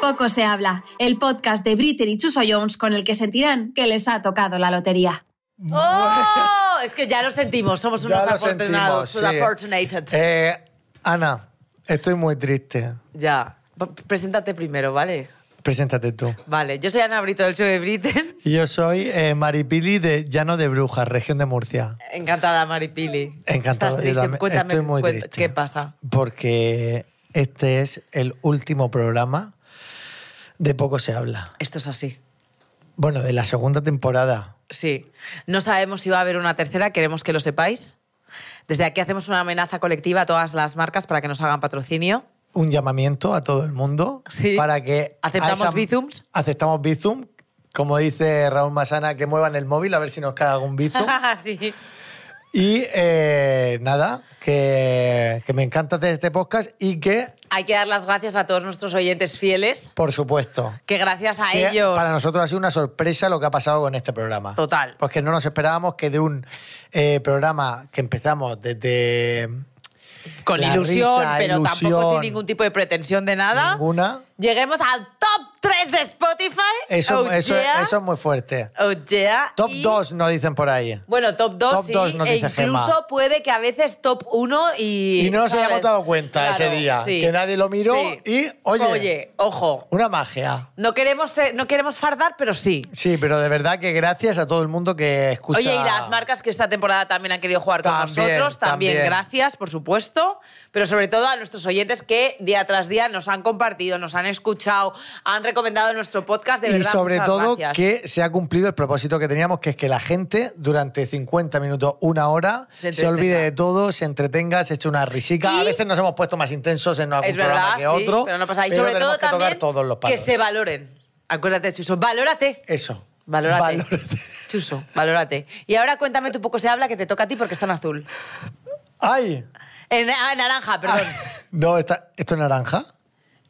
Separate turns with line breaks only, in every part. Poco se habla, el podcast de Britney y Chuso Jones con el que sentirán que les ha tocado la lotería.
¡Oh! Es que ya lo sentimos, somos
Ya
unos
lo
afortunados.
sentimos,
unos
sí.
Afortunated.
Eh, Ana, estoy muy triste.
Ya. P- Preséntate primero, ¿vale?
Preséntate tú.
Vale, yo soy Ana Brito del show de Britain.
Yo soy eh, Maripili de Llano de Brujas, región de Murcia.
Encantada, Maripili.
Encantado.
¿Estás
yo
triste?
también.
Cuéntame
Estoy muy
cuen-
triste.
qué pasa.
Porque este es el último programa de Poco se habla.
Esto es así.
Bueno, de la segunda temporada.
Sí. No sabemos si va a haber una tercera, queremos que lo sepáis. Desde aquí hacemos una amenaza colectiva a todas las marcas para que nos hagan patrocinio.
Un llamamiento a todo el mundo
Sí.
para que... a
¿Aceptamos
esa-
Bizums?
Aceptamos Bizum. Como dice Raúl Masana, que muevan el móvil a ver si nos cae algún Bizum.
sí.
y eh, nada, que, que me encanta hacer este podcast y que,
Hay que dar las gracias a todos nuestros oyentes fieles,
por supuesto,
que gracias a
que
ellos.
Para nosotros ha sido una sorpresa lo que ha pasado con este programa.
Total.
Pues que no nos esperábamos que de un eh, programa que empezamos desde
con
la
ilusión,
risa,
pero tampoco
ilusión,
sin ningún tipo de pretensión de nada.
ninguna,
Lleguemos al top 3 de Spotify.
eso,
Oh,
eso,
yeah.
eso es muy fuerte.
Oh, yeah.
Top
Y-
2 nos dicen por ahí.
Bueno, top 2
Top
sí,
dos, nos
e
dice Gemma.
incluso puede que a veces top 1 y...
Y no nos
¿sabes?
hayamos dado cuenta
Claro,
ese día,
sí.
que nadie lo miró
Sí.
y, oye,
Oye, ojo,
una magia.
no queremos, ser- no queremos fardar, pero sí.
Sí, pero de verdad que gracias a todo el mundo que escucha.
Oye, y las marcas que esta temporada también han querido jugar con
También,
nosotros, también,
también.
gracias, por supuesto, pero sobre todo a nuestros oyentes que día tras día nos han compartido, nos han escuchado, han recomendado nuestro podcast, de
y
verdad.
sobre
muchas
todo
gracias.
que se ha cumplido el propósito que teníamos, que es que la gente durante 50 minutos, una hora,
Se
se,
entretenga.
olvide de todo, se entretenga, se eche una risica.
Y-
A veces nos hemos puesto más intensos en algún
Es verdad,
programa que
sí,
otro.
pero no pasa. Y
pero
sobre
tenemos
todo
que tocar
también
todos los
que
palos.
se valoren. Acuérdate, Chuso, valórate.
Eso.
Valórate.
Valórate.
Chuso, valórate. Y ahora cuéntame tú poco se habla que te toca a ti porque está en azul.
¡Ay!
En, ah, en naranja, perdón.
No, está- ¿esto es naranja?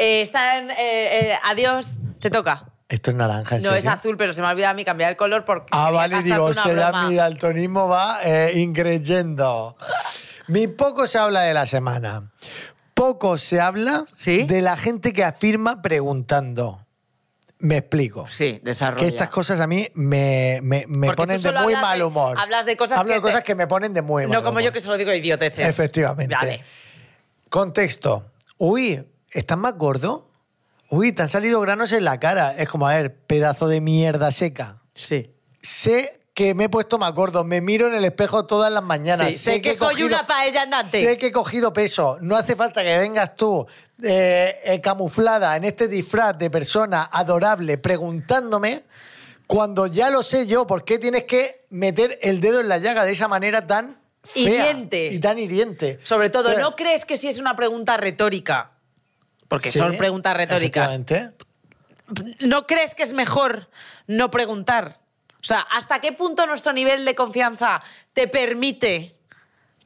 Eh, está en... eh, eh, adiós, te toca.
Esto es naranja, ¿en
No, es
serio?
azul, pero se me ha olvidado a mí cambiar el color porque...
Ah,
quería
vale,
gastarte
digo,
una
hostia, ya
broma.
mi daltonismo va eh, increyendo. Mi poco se habla de la semana. Poco se habla
¿Sí?
de la gente que afirma preguntando. Me explico.
Sí, desarrolla.
Que estas cosas a mí me, me- me
Porque
ponen
tú
de
solo
muy
hablas
mal
de-
humor.
hablas de cosas
Hablo
que
de cosas
te-
que me ponen de muy mal
No como
humor.
yo que solo digo idioteces.
Efectivamente.
Vale.
Contexto. Uy, ¿estás más gordo? Uy, te han salido granos en la cara. Es como, a ver, pedazo de mierda seca.
Sí.
Sé que me he puesto más gordo, me miro en el espejo todas las mañanas.
Sí, sé que
he
soy
cogido-
una paella andante.
Sé que he cogido peso. No hace falta que vengas tú eh, eh, camuflada en este disfraz de persona adorable preguntándome cuando ya lo sé yo por qué tienes que meter el dedo en la llaga de esa manera tan fea
Hiriente.
y tan hiriente.
Sobre todo,
Entonces-
¿no crees que si es una pregunta retórica? Porque
Sí,
son preguntas retóricas.
efectivamente.
¿No crees que es mejor no preguntar? O sea, ¿hasta qué punto nuestro nivel de confianza te permite,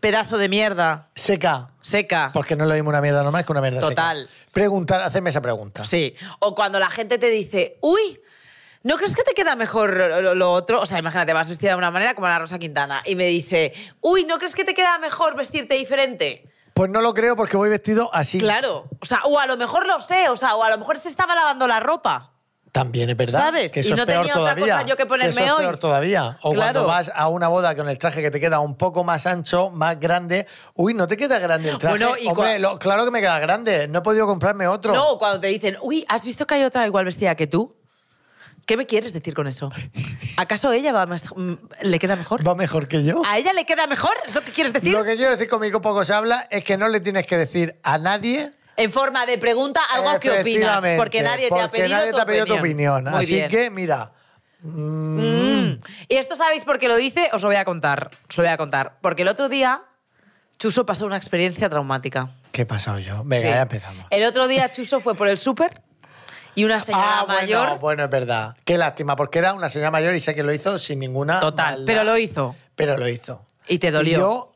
pedazo de mierda,
Seca.
seca?
Porque no lo dimos una mierda nomás que una mierda
Total.
seca. Preguntar, hacerme esa pregunta.
Sí. O cuando la gente te dice, uy, ¿no crees que te queda mejor lo, lo otro? O sea, imagínate, vas vestida de una manera como la Rosa Quintana y me dice, uy, ¿no crees que te queda mejor vestirte diferente?
Pues no lo creo porque voy vestido así.
Claro. O sea, o a lo mejor lo sé, o sea, o a lo mejor se estaba lavando la ropa.
También es verdad.
¿Sabes?
Que
Y
eso
no
es peor
tenía otra
todavía.
cosa yo que ponerme
eso es
hoy.
peor todavía. O
Claro.
cuando vas a una boda con el traje que te queda un poco más ancho, más grande. Uy, no te queda grande el traje.
Bueno, y
Hombre,
cua-
lo- claro que me queda grande. No he podido comprarme otro.
No, o cuando te dicen, uy, ¿has visto que hay otra igual vestida que tú? ¿Qué me quieres decir con eso? ¿Acaso ella va más- mm, le queda mejor?
Va mejor que yo.
¿A ella le queda mejor? ¿Es lo que quieres decir?
Lo que quiero decir conmigo poco se habla es que no le tienes que decir a nadie
En forma de pregunta, algo que opinas.
Efectivamente,
Porque nadie te ha
porque
pedido,
nadie
tu,
te ha pedido tu
opinión.
opinión.
Muy
Así
bien.
que, mira.
Mm. Y esto sabéis por qué lo dice, os lo voy a contar. Os lo voy a contar. Porque el otro día Chuso pasó una experiencia traumática.
¿Qué he pasado yo? Venga,
Sí.
ya empezamos.
El otro día Chuso fue por el súper y una señora
ah,
mayor.
bueno, bueno, es verdad. Qué lástima, porque era una señora mayor y sé que lo hizo sin ninguna.
Total,
maldad.
pero lo hizo.
Pero lo hizo.
Y te dolió.
Y yo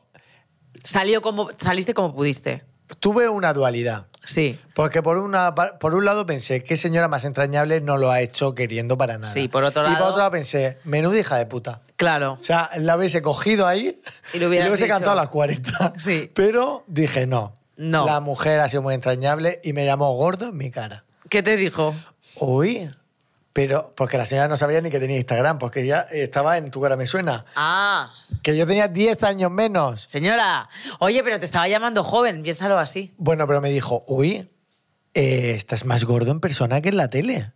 Salió como, saliste como pudiste.
tuve una dualidad.
Sí.
Porque por, una, pa- por un lado pensé, qué señora más entrañable no lo ha hecho queriendo para nada.
Sí, por otro
Y por
lado-
otro lado pensé, menuda hija de puta.
Claro.
O sea, la hubiese cogido ahí
Y lo hubieras dicho.
cantado a las 40.
Sí.
Pero dije, no.
No.
La mujer ha sido muy entrañable y me llamó gordo en mi cara.
¿Qué te dijo?
Uy, pero porque la señora no sabía ni que tenía Instagram, porque ya estaba en tu cara me suena.
Ah,
Que yo tenía 10 años menos.
señora. Oye, pero te estaba llamando joven, piénsalo así.
Bueno, pero me dijo, uy, eh, estás más gordo en persona que en la tele.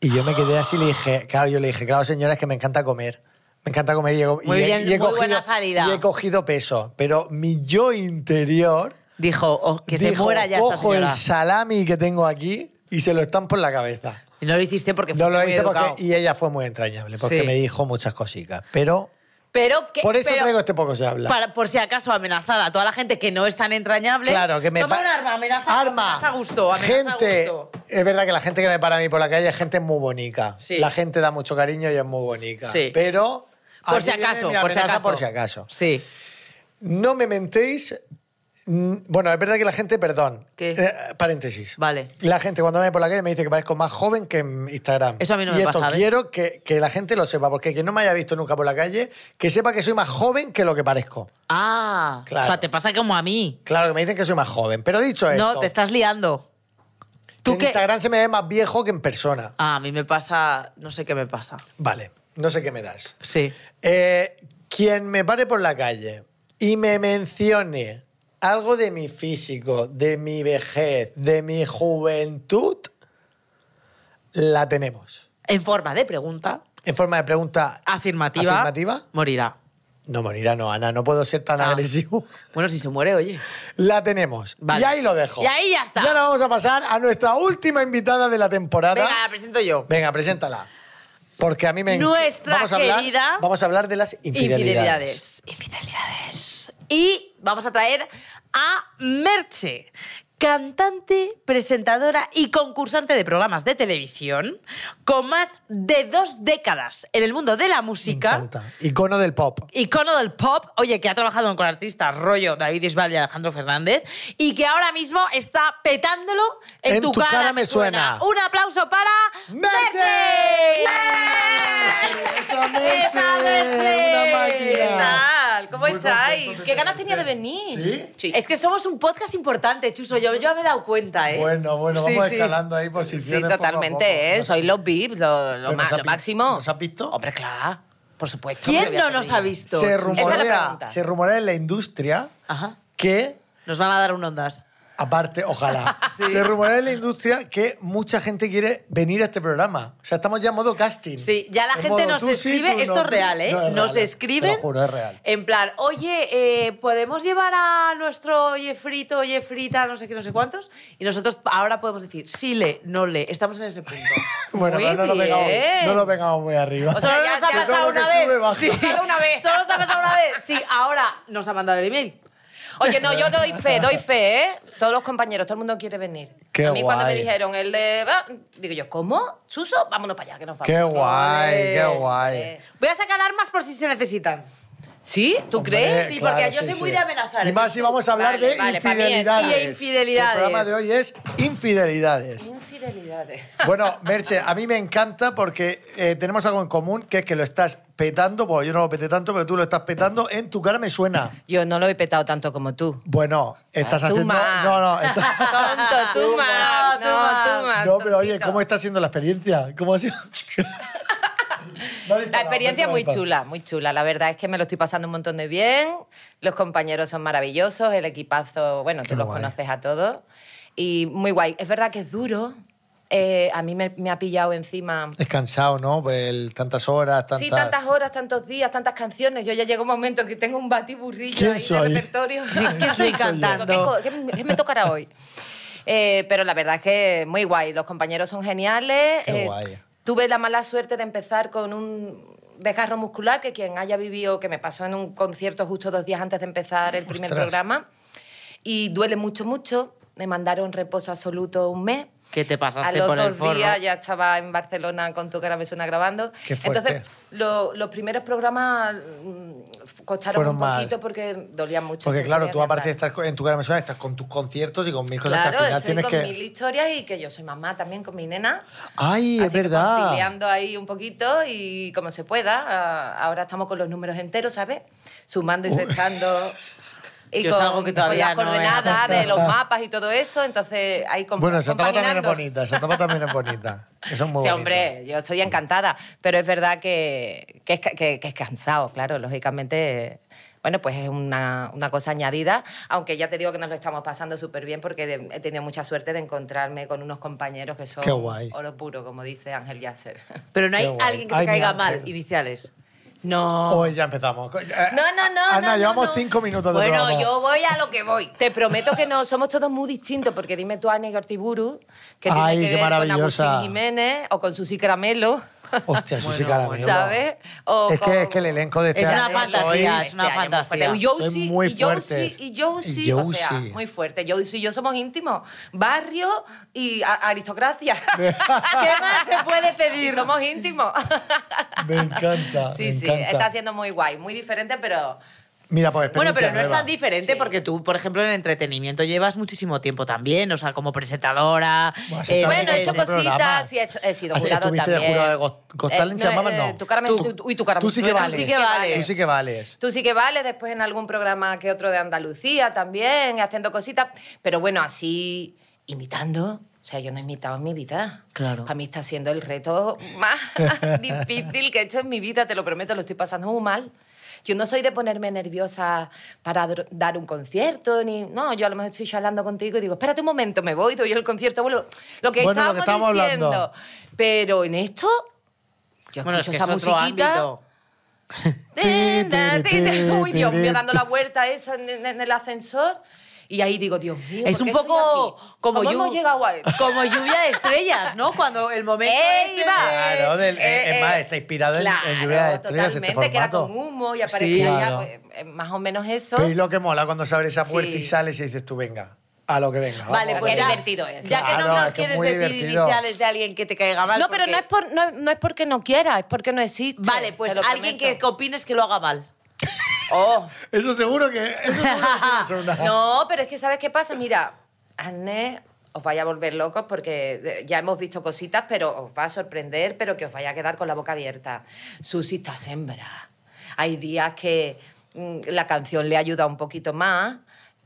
Y yo me quedé así y le dije, claro, yo le dije, claro, señora, es que me encanta comer. Me encanta comer y he,
Muy
y he-
bien,
y
muy
he cogido,
buena salida.
y he cogido peso. Pero mi yo interior
Dijo, "Oh, que se
dijo,
muera ya esta
cojo
señora.
el salami que tengo aquí y se lo estampo en la cabeza.
Y no lo hiciste porque
No
fuiste
lo
muy
hice porque-
educado.
y ella fue muy entrañable porque
Sí.
me dijo muchas cositas. Pero
Pero que-
por eso
pero-
traigo este poco se habla.
para- por si acaso amenazar a toda la gente que no es tan entrañable.
Claro, que me
Toma
pa-
un arma, amenaza.
Arma.
amenaza a gusto, amenaza a
gente,
gusto.
es verdad que la gente que me para a mí por la calle es gente muy bonita.
Sí.
La gente da mucho cariño y es muy bonita.
Sí.
Pero
Por
aquí
si
viene
acaso,
mi
por si
amenaza
acaso.
por si acaso.
Sí.
No me mentéis. mm, Bueno, es verdad que la gente, perdón.
¿Qué?
eh, paréntesis.
Vale.
La gente cuando me ve por la calle me dice que parezco más joven que en Instagram.
Eso a mí no
y
me
esto
pasa, ¿eh? ¿ves?
quiero que, que la gente lo sepa, porque quien no me haya visto nunca por la calle, que sepa que soy más joven que lo que parezco.
Ah,
Claro.
o sea, te pasa como a mí.
Claro, que me dicen que soy más joven. Pero dicho esto,
No, te estás liando.
en
¿Tú qué?
Instagram se me ve más viejo que en persona.
Ah, a mí me pasa, no sé qué me pasa.
Vale, no sé qué me das.
Sí.
Eh, quien me pare por la calle y me mencione algo de mi físico, de mi vejez, de mi juventud, la tenemos.
En forma de pregunta
En forma de pregunta,
afirmativa,
¿Afirmativa?
morirá.
no morirá, no, Ana, no puedo ser tan
Ah.
agresivo.
Bueno, si se muere, oye.
La tenemos.
Vale.
Y ahí lo dejo.
Y ahí ya está.
Y ahora vamos a pasar a nuestra última invitada de la temporada.
Venga, la presento yo.
Venga, preséntala. Porque a mí me enc-
Nuestra
a hablar-
querida-
Vamos a hablar de las infidelidades.
Infidelidades. Infidelidades. Y vamos a traer a Merche, cantante, presentadora y concursante de programas de televisión con más de dos décadas en el mundo de la
Me
música.
encanta. Icono del pop.
Icono del pop, oye, que ha trabajado con artistas rollo David Isbal y Alejandro Fernández, y que ahora mismo está petándolo en,
En tu cara me suena.
Un aplauso para
¡Merche!
Merche.
¡Esa Merche!
¡Esa Merche!
¡Una máquina!
¿Qué tal? ¿Cómo
Muy
estáis?
contento de
¿Qué ganas
tenerte.
tenía de venir?
¿Sí?
Es que somos un podcast importante, Chuso. Yo, yo me he dado cuenta, ¿eh?
Bueno, bueno,
Sí,
vamos
sí.
escalando ahí
Sí,
posiciones.
totalmente, ¿eh? Soy los VIP, lo, lo
Pero
ma-
nos ha
lo
pi-
máximo.
¿nos has visto?
Hombre, claro, por supuesto.
¿Quién
Hombre, voy a
no nos
hacer
ha
bien.
visto?
Se
Chuso? Esa es la
rumorea,
pregunta.
se rumorea en la industria
Ajá.
que,
Nos van a dar un ondas.
aparte, ojalá, se rumorea en la industria que mucha gente quiere venir a este programa. O sea, estamos ya en modo casting.
Sí, ya la
En
gente
modo,
nos
tú sí,
escribe,
tú
esto
no,
es
tú-
real, ¿eh?
No, es
nos
real,
escriben.
Te lo juro, es real.
En plan, oye, eh, ¿podemos llevar a nuestro Jeffrito, Jeffrita, no sé qué, no sé cuántos? Y nosotros ahora podemos decir, sí, le, no le, estamos en ese punto.
Bueno,
Muy
pero no lo, vengamos,
bien.
no lo vengamos muy arriba.
O sea,
Solo
ya
nos
nos ha
ha
Que todo
pasado
lo que
una
sube,
vez.
baja.
Sí,
Solo una vez.
Solo nos ha pasado una vez. Sí, ahora nos ha mandado el email.
Oye, no, yo doy fe, doy fe, ¿eh? Todos los compañeros, todo el mundo quiere venir.
Qué
a mí cuando me
guay.
dijeron el de... va, digo yo, ¿cómo? ¿Suso? Vámonos para allá, que nos vamos.
Qué guay, qué guay.
Eh,
Voy a sacar armas por si se necesitan.
¿Sí? ¿Tú
Hombre,
crees?
Sí,
claro,
porque yo
sí,
soy
sí.
muy de amenazar.
Y más si vamos a hablar
Vale,
de
vale, para mí es-
infidelidades.
y infidelidades.
El programa de hoy es infidelidades.
Infidelidades.
Bueno, Merche, a mí me encanta porque eh, tenemos algo en común, que es que lo estás petando, bueno, yo no lo peté tanto, pero tú lo estás petando, en tu cara me suena.
Yo no lo he petado tanto como tú.
Bueno, estás
Ah, tú
haciendo...
más.
No, no, estás-
Tonto, tú más.
tú más.
No, tú más.
no, pero oye,
tontito.
¿cómo está siendo la experiencia? ¿Cómo ha sido? No ha disparado,
La experiencia
Merche, no ha
muy
disparado.
chula, muy chula. La verdad es que me lo estoy pasando un montón de bien. Los compañeros son maravillosos, el equipazo, bueno,
Qué
tú los
guay.
conoces a todos. Y muy guay. Es verdad que es duro. Eh, a mí me, me ha pillado encima.
Es cansado, ¿no? Pues, el- tantas horas, tantas...
Sí, tantas horas, tantos días, tantas canciones. Yo ya llega un momento en que tengo un batiburrillo
¿Quién
ahí
soy?
de repertorio.
¿Quién estoy soy yo? cantando?
Digo, ¿Qué, co- qué- qué me tocará hoy? Eh, pero la verdad es que muy guay. Los compañeros son geniales.
Qué
Eh,
guay.
Tuve la mala suerte de empezar con un desgarro muscular que quien haya vivido, que me pasó en un concierto justo dos días antes de empezar el primer
Ostras.
programa. Y duele mucho, mucho. Me mandaron reposo absoluto un mes.
¿Qué te pasaste
Al
por
otro
el forro?
día ya estaba en Barcelona con tu cara me suena grabando.
Qué fuerte.
Entonces, lo- los primeros programas mm, costaron
Fueron
un
mal.
poquito porque dolían mucho.
Porque
te
claro,
podían
tú aparte de
llamar.
estar co- en tu cara me suena, estás con tus conciertos y con mil cosas que
Claro,
al final
estoy
tienes
con
que...
mil historias y que yo soy mamá también con mi nena.
Ay, es
Así que
verdad.
conciliando ahí un poquito y como se pueda. a- Ahora estamos con los números enteros, ¿sabes? Sumando y restando. Y
Yo es
con,
algo que
con
todavía
las
no he
coordenadas de los
aceptado.
mapas y todo eso, entonces ahí con-
Bueno, Santapa también es
compaginando.
bonita, Santapa también es bonita. Eso es muy
Sí,
bonito.
hombre, yo estoy encantada, pero es verdad que, que, es, ca- que- que es cansado, claro, lógicamente. Bueno, pues es una, una cosa añadida, aunque ya te digo que nos lo estamos pasando súper bien porque de- he tenido mucha suerte de encontrarme con unos compañeros que son
Qué guay.
oro puro, como dice Ángel Yasser.
Pero no
Qué
hay
guay.
alguien que te
Ay,
caiga
mira,
mal,
qué-
iniciales.
No.
Hoy ya empezamos. Eh,
No, no, no.
Ana,
no,
llevamos
no.
cinco minutos de
Bueno,
programa.
yo voy a lo que voy. Te prometo que no, somos todos muy distintos, porque dime tú, Ana Gortiburu, que
Ay, qué
tiene que ver con
maravillosa.
Agustín Jiménez o con Susi Caramelo,
Hostia, eso sí
Bueno,
caramelo.
bueno.
¿sabes? O
Es
con-
que, es que el elenco de este
Es una
año sois-
fantasía, es una
Este año muy fuerte.
fantasía.
Y
Soy
Josie,
muy
y Josie,
fuertes.
y Josie,
Y
o sea,
Josie.
muy fuerte. Josie y yo somos íntimos. Barrio y a- aristocracia. ¿Qué más se puede pedir? Somos íntimos.
Me encanta,
sí,
me
sí,
encanta.
está siendo muy guay, muy diferente, pero...
Mira, pues
Bueno,
experiencia
pero no es
nueva.
tan diferente
Sí.
porque tú, por ejemplo, en entretenimiento llevas muchísimo tiempo también, o sea, como presentadora. eh,
Buah, sí, también
Bueno, he hecho
en el
cositas
programa.
y he, hecho- he sido
Has-
jurado
Ah, estuviste de
también. Eh,
jurado de Ghost- Ghost Talent, ¿se llamaba? No.
Tu Carmen,
Tú.
tú- uy, tu Carmen
Tú sí que
Suena,
vales.
Tú sí que vales.
Tú sí que vales.
Tú sí que vales, después en algún programa que otro de Andalucía también, haciendo cositas. Pero bueno, así, imitando. O sea, yo no he imitado en mi vida.
Claro.
Para mí está siendo el reto más difícil que he hecho en mi vida, te lo prometo, lo estoy pasando muy mal. Yo no soy de ponerme nerviosa para dr- dar un concierto, ni. No, yo a lo mejor estoy charlando contigo y digo, espérate un momento, me voy, doy el concierto, vuelvo. Lo que
Bueno, lo
estábamos
que estábamos
diciendo.
hablando.
Pero en esto. Yo
Bueno, es
escucho
que es
esa
otro
musiquita.
ámbito.
Tin, tin, tin, tin. Uy, Dios mío, dando la vuelta a eso en, en- en el ascensor. Y ahí digo, Dios mío, ¿por
Es un
qué estoy
poco
aquí?
como,
¿Cómo
llu-
hemos llegado a esto?
como lluvia de estrellas, ¿no? Cuando el momento
¡Ey,
ese de-
va!
Claro, del-
Eh,
es más,
eh,
está inspirado en- en Lluvia de Estrellas, este
totalmente, que era
formato.
con humo y
Sí.
aparecía ya,
Claro.
pues, eh, más o menos eso.
Pero es lo que mola cuando se abre esa
Sí.
puerta y sales y dices tú, venga, a lo que venga. vamos,
Vale, pues
Qué
ya,
venga.
divertido es.
ya que
Claro,
no
es
nos
que es
quieres
muy
decir
divertido.
iniciales de alguien que te caiga mal.
no, pero
porque-
no es, por, no, no es porque no quiera, es porque no existe.
Vale, pues
te lo
alguien que
prometo.
opines que lo haga mal.
Oh.
Eso seguro que... Eso seguro que tienes una-
No, pero es que ¿sabes qué pasa? Mira, Anne os vaya a volver locos porque eh, ya hemos visto cositas, pero os va a sorprender, pero que os vaya a quedar con la boca abierta. Susi está sembra. Hay días que mm, la canción le ayuda un poquito más,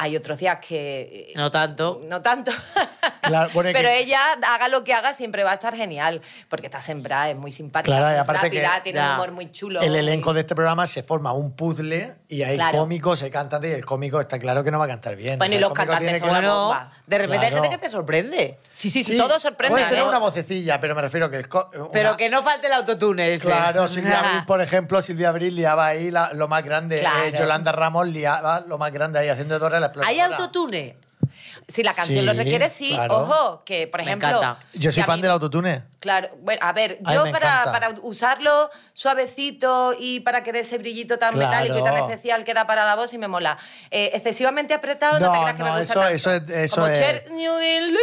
hay otros días que... eh,
No tanto.
No tanto.
Claro, bueno, y
Pero
que-
ella, haga lo que haga, siempre va a estar genial, porque está sembrada, es muy simpática,
Claro, y
muy
aparte que-
rápida, tiene un
Ya.
humor muy chulo.
El elenco de este programa se forma un puzzle y hay
Claro.
cómicos, hay cantantes y el cómico está claro que no va a cantar bien.
Bueno, y
El
los
cómico tiene que-
cantantes son una
Bueno,
bomba.
de repente hay
Claro.
gente que te sorprende.
Sí, sí, sí, todo sorprende.
Puedes tener
¿eh?
una vocecilla, pero me refiero que... el co-
Pero
una-
que no falte el autotune ese.
Claro, Silvia Abril, por ejemplo, Silvia Abril liaba ahí la- lo más grande.
Claro.
Eh, Yolanda Ramos liaba lo más grande ahí, haciendo Dora la exploradora.
¿Hay autotune?
Si la canción
Sí,
lo requiere, sí.
claro.
Ojo, que por
Me
ejemplo.
encanta.
Yo soy
que a
fan
mí-
del autotune.
Claro, bueno, a ver,
Ay,
yo
me
para,
encanta.
para usarlo suavecito y para que dé ese brillito tan
Claro.
metálico y tan especial que da para la voz y me mola. Eh, excesivamente apretado, no,
No,
te creas que
no,
me gusta
eso-
tanto.
eso es- eso
Como
es-
Cher- New Orleans.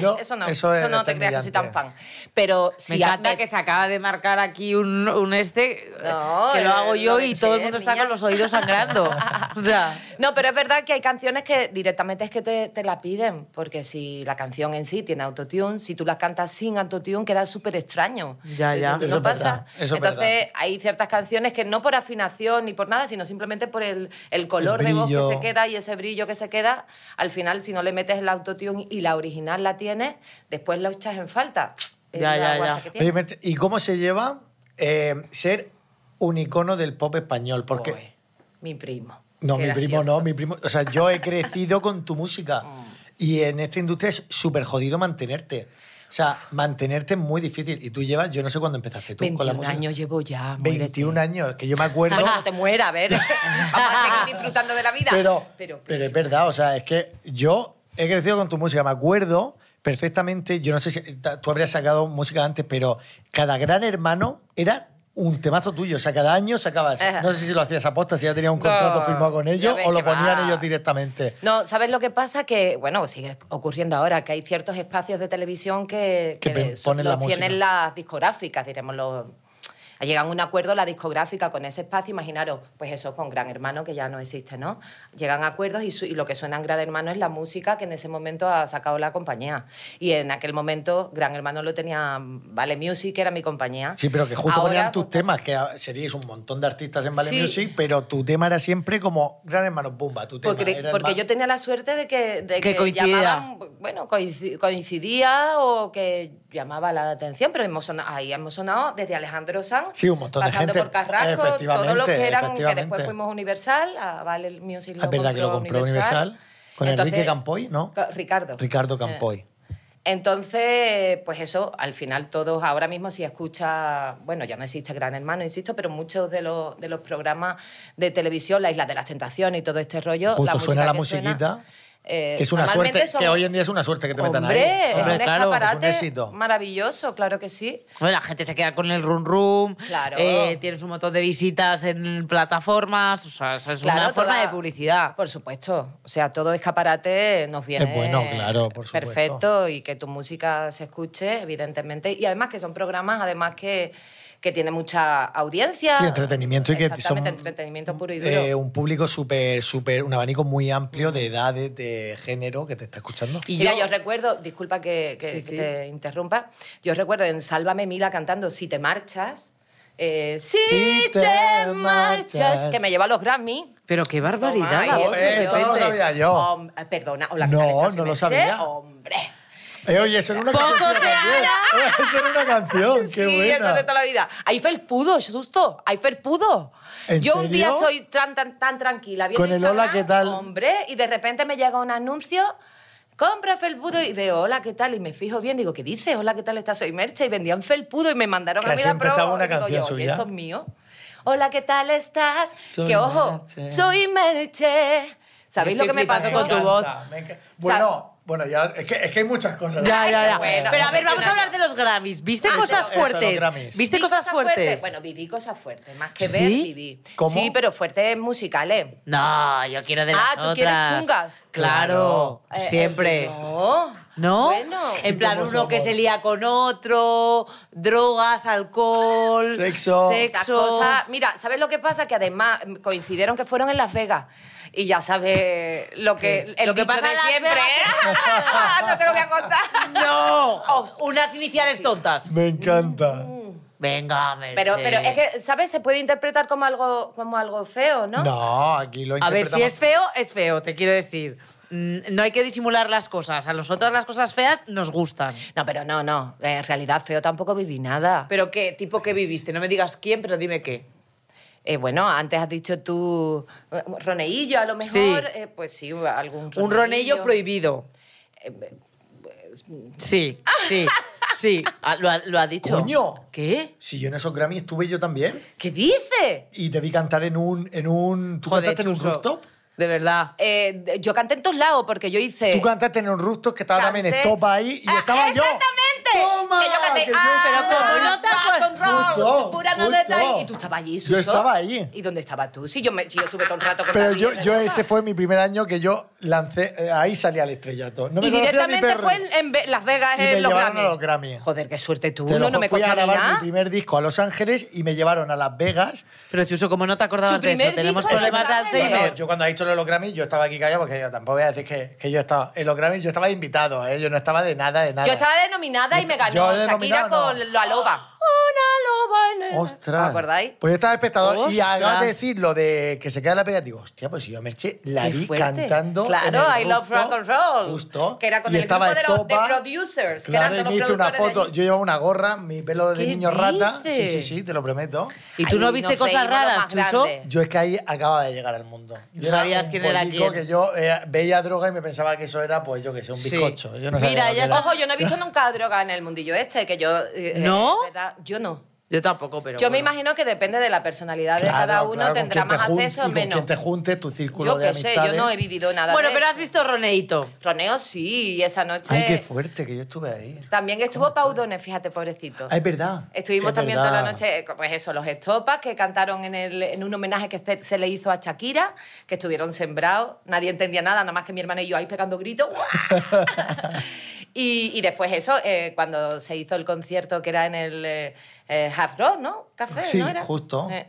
No,
eso no, eso,
eso es
no te creas que soy tan fan.
determinante.
Pero
Me
si
encanta
hazme-
que se acaba de marcar aquí un, un este
No,
que lo
eh,
hago
lo
yo
de
y todo el
Cher,
mundo está
niña.
con los oídos sangrando. o sea,
No, pero es verdad que hay canciones que directamente es que te, te la piden, porque si la canción en sí tiene autotune, si tú la cantas sin autotune queda súper extraño.
Ya, ya.
¿No
Eso es
pasa?
verdad, eso es
Entonces
verdad.
hay ciertas canciones que no por afinación ni por nada, sino simplemente por el, el color
El
de voz
brillo.
que se queda y ese brillo que se queda, al final si no le metes el autotune y la original la tienes, después la echas en falta. Es
Ya,
la
ya,
guasa
ya.
que tiene.
Oye, Merche, ¿y cómo se lleva eh, ser un icono del pop español? Porque...
Uy, mi primo.
No,
Qué
mi primo
gracioso. Oh.
no, mi primo... O sea, yo he crecido con tu música. Y en esta industria es súper jodido mantenerte. O sea, mantenerte es muy difícil. Y tú llevas, yo no sé cuándo empezaste tú con la
21
música.
años llevo ya. muérete.
21 años, que yo me acuerdo...
Bueno, no te muera, a ver. Vamos a seguir disfrutando de la vida.
Pero, pero, es verdad, o sea, es que yo he crecido con tu música, me acuerdo perfectamente, yo no sé si ta- tú habrías sacado música antes, pero cada gran hermano era un temazo tuyo, o sea, cada año sacabas,
Ajá.
no sé si lo hacías aposta, si ya tenías un contrato
No,
firmado con
ya
ellos
ves
o lo
que va.
ponían ellos directamente.
No, ¿sabes lo que pasa? Que, bueno, pues sigue ocurriendo ahora, que hay ciertos espacios de televisión que,
Que pe-
son-
ponen la
los tienen
música.
las discográficas, diremos los, Ha llegado a un acuerdo la discográfica con ese espacio, imaginaros, pues eso con Gran Hermano, que ya no existe, ¿no? Llegan a acuerdos y, su- y lo que suena en Gran Hermano es la música que en ese momento ha sacado la compañía. Y en aquel momento Gran Hermano lo tenía Vale Music, que era mi compañía.
Sí, pero que justo
Ahora,
ponían tus
pues,
temas, que ah, seríais un montón de artistas en Vale
Sí.
Music, pero tu tema era siempre como Gran Hermano Pumba, tu tema.
Porque,
era el
porque
más-
yo tenía la suerte de que, de
Que coincidía.
llamaban, bueno, coinci- coincidía o que llamaba la atención, pero hemos sonado, ahí hemos sonado desde Alejandro Sanz,
Sí, un montón de
pasando
gente.
por Carrasco,
Efectivamente,
todos los que eran, que después
efectivamente.
fuimos Universal, a Vale Music
Ah, Es verdad que lo compró Universal, con Enrique Campoy, ¿no?
Ca- Ricardo.
Ricardo
Eh,
Campoy.
Entonces, pues eso, al final todos, ahora mismo si escucha, bueno, ya no existe Gran Hermano, insisto, pero muchos de los, de los programas de televisión, La Isla de las Tentaciones y todo este rollo,
Justo suena la
que suena,
musiquita,
eh,
que es una
normalmente
suerte,
son-
que hoy en día es una suerte que te metan
Hombre,
ahí.
es
Claro.
un
Hombre, claro, es un
escaparate
éxito.
maravilloso, claro que sí.
Bueno, la gente se queda con el rum rum.
Claro.
eh, tienes un montón de visitas en plataformas. O sea, eso es
Claro,
una forma
toda-
de publicidad.
Por supuesto. O sea, todo escaparate nos viene.
Es bueno, claro, por supuesto.
Perfecto y que tu música se escuche, evidentemente. Y además que son programas, además que, que tiene mucha audiencia.
Sí, entretenimiento y que son
Exactamente, entretenimiento puro y duro.
eh, un público súper, súper, un abanico muy amplio de edades, de género que te está escuchando.
Y
Mira,
yo-
yo, recuerdo, disculpa que, que-
Sí,
que
sí.
te interrumpa, yo recuerdo en Sálvame Mila cantando Si te marchas, eh, Si,
Si
te,
te
marchas,
marchas.
que me lleva a los Grammy.
Pero qué
Toma,
barbaridad.
ahí,
Dios, de
Joder,
hombre,
Ah, esto no lo
repente.
sabía. yo.
Hom- eh, perdona, o la que
Oh. No,
canta
no lo
Simencé,
sabía.
Hombre.
Eh, oye, eso era una
Poco
canción.
se
también.
hará.
Eso era una canción, qué
sí,
buena.
eso es de toda la vida. Eiffel pudo, susto. Eiffel pudo.
¿En
Yo un día
serio?
estoy tan, tan, tan tranquila. viendo
Con el hola,
Instagram,
¿qué tal?
Hombre, y de repente me llega un anuncio. Compra felpudo y veo, hola, ¿qué tal? Y me fijo bien, digo, ¿qué dice? Hola, ¿qué tal? Está Soy Merche. Y vendían felpudo y me mandaron
Que
a mí
así
la promo.
empezaba una
Y digo
canción
yo, "Oye,
suya.
eso es mío. Hola, ¿qué tal estás?
Soy
que ojo,
Merche.
soy Merche.
Estoy
¿Sabéis lo que me
flipando
pasó?
Me
con tu voz.
encanta, me enca- Bueno, bueno, ya, es que, es que hay muchas cosas.
Ya, ya, ya.
Bueno,
Pero a ver, vamos a
bueno.
hablar de los Grammys. ¿Viste
Ah,
cosas
eso,
eso, los
fuertes?
Grammys.
¿Viste
Vi
cosas fuertes?
Bueno, viví cosas fuertes, más que
¿Sí?
ver, viví.
¿Cómo?
Sí, pero fuertes musicales.
No, yo quiero de las
Ah, ¿tú quieres
otras.
chungas?
Claro,
Eh,
siempre.
eh, no.
¿No? Em,
Bueno.
En
¿Y
plan, uno
cómo
que se
somos?
lía con otro, drogas, alcohol,
Sexo.
Esas
sexo.
cosas- Mira, ¿sabes lo que pasa? Que además mm, coincidieron que fueron en Las Vegas. Y ya sabes lo que, el
Lo que
dicho
pasa en
de
Las
siempre.
Vegas
¿eh? no te lo voy a contar.
No, Oh, unas iniciales tontas.
Me encanta.
Mm,
Venga, Merche.
Pero, pero es que, ¿sabes? Se puede interpretar como algo, como algo feo, ¿no?
¿No? aquí lo
A ver, si
interpretamos-
es feo, es feo, te quiero decir. Mm, No hay que disimular las cosas. A nosotras las cosas feas nos gustan.
No, pero no, no. En realidad feo tampoco viví nada.
¿Pero qué? ¿Tipo qué viviste? No me digas quién, pero dime qué.
Eh, bueno, antes has dicho tú eh, roneillo, a lo mejor.
Sí.
eh, pues sí, algún roneillo.
Un ronello prohibido. Sí, sí, sí. Ah, Lo ha, lo ha dicho.
Coño.
¿Qué?
Si yo en esos Grammy estuve yo también
¿Qué dices?
y te vi cantar en un... En un ¿Tú
Joder,
cantaste en un
Chuso,
rooftop?
De verdad.
Eh, de- yo canté en todos lados porque yo hice.
Tú cantaste en un rooftop que estaba también
Eh. canté-
Estopa ahí y
Ah,
estaba yo.
¡Exactamente!
¡Toma!
Que yo canté.
yo
ah,
estaba
pero como
ahí.
no te acuerdas.
Justo,
Con rock, pura no
justo.
detalle. Y tú estabas allí, Suso.
Yo estaba allí.
¿Y dónde estabas tú? Sí, yo, me, sí, yo estuve todo el rato con
Pero
David
yo,
en el
yo
sofá.
ese fue mi primer año que yo lancé... eh, ahí salí al estrellato. No me
y
conocía ni
directamente
Perry.
fue en, en Ve- Las Vegas,
Y me
en los
llevaron
Grammy.
a los Grammy.
Joder, qué suerte tú.
Te lo
No, no
juro,
me
fui a
costó ni
grabar mi
nada.
primer disco a Los Ángeles y me llevaron a Las Vegas.
Pero Chuso, como no te acordabas
Su
de eso,
primer
tenemos
disco Pues de
problemas de
examen.
Alzheimer.
Bueno, yo cuando ha dicho lo de los Grammys, yo estaba aquí callado porque yo tampoco voy a decir que, que yo estaba. En los Grammys yo estaba de invitado, ¿eh? yo no estaba de nada, de nada.
Yo estaba denominada y me ganó
Yo de
Shakira
nominado,
con
no.
la loba. Una loba en el...
¡Ostras!
¿Os acordáis?
Pues yo estaba de espectador y
¡Ostras!
hagas de decir lo de que se queda la pega, digo, hostia, pues si yo a Merche la
Qué
vi
fuerte.
cantando. en
Claro,
el
I Love
rooftop,
Rock and Roll.
Justo.
Que era con
y
el
estaba
grupo de los- de
Estopa,
producers, que
Claro,
eran
y me
todos los
hice una
productores de
foto.
allí.
Yo llevaba una gorra, mi pelo de
¿Qué
niño rata. Sí,
dices?
sí, sí, te lo prometo.
¿Y tú
Ay,
no
nos
viste cosas
reímos lo
raras,
más
Chuso?
grande.
Yo es que ahí acaba de llegar al mundo. Yo era
sabías
un
quién era
pollico
quién.
que yo eh, veía droga y me pensaba que eso era, pues yo que sé, un
Sí.
bizcocho. Yo no
Mira,
sabía lo que
ya
era.
está.
Ojo, yo no he visto nunca droga en el mundillo este, que yo... eh,
¿No?
eh, ¿verdad? Yo no.
Yo tampoco, pero.
Yo me
bueno.
imagino que depende de la personalidad de
Claro,
cada uno,
claro, con
tendrá
quien te
más
jun- y
acceso o
con
menos.
quien te junte tu círculo
Yo
de
qué sé, yo
amistades.
no he vivido nada
Bueno,
de
pero has
eso.
visto Roneito.
Roneo sí, y esa noche...
Ay, qué fuerte que yo estuve ahí.
También estuvo Paudones, fíjate, pobrecito.
Ay, Ah, es verdad.
Estuvimos
Es
también toda la
verdad.
noche, eh, pues eso, los estopas que cantaron en, el- en un homenaje que se, se le hizo a Shakira, que estuvieron sembrados, nadie entendía nada, nada más que mi hermana y yo ahí pegando gritos. ¡guau! Y, y después eso, eh, cuando se hizo el concierto que era en el eh, eh, Hard Rock, ¿no? Café,
Sí,
¿no era?
justo.
Eh,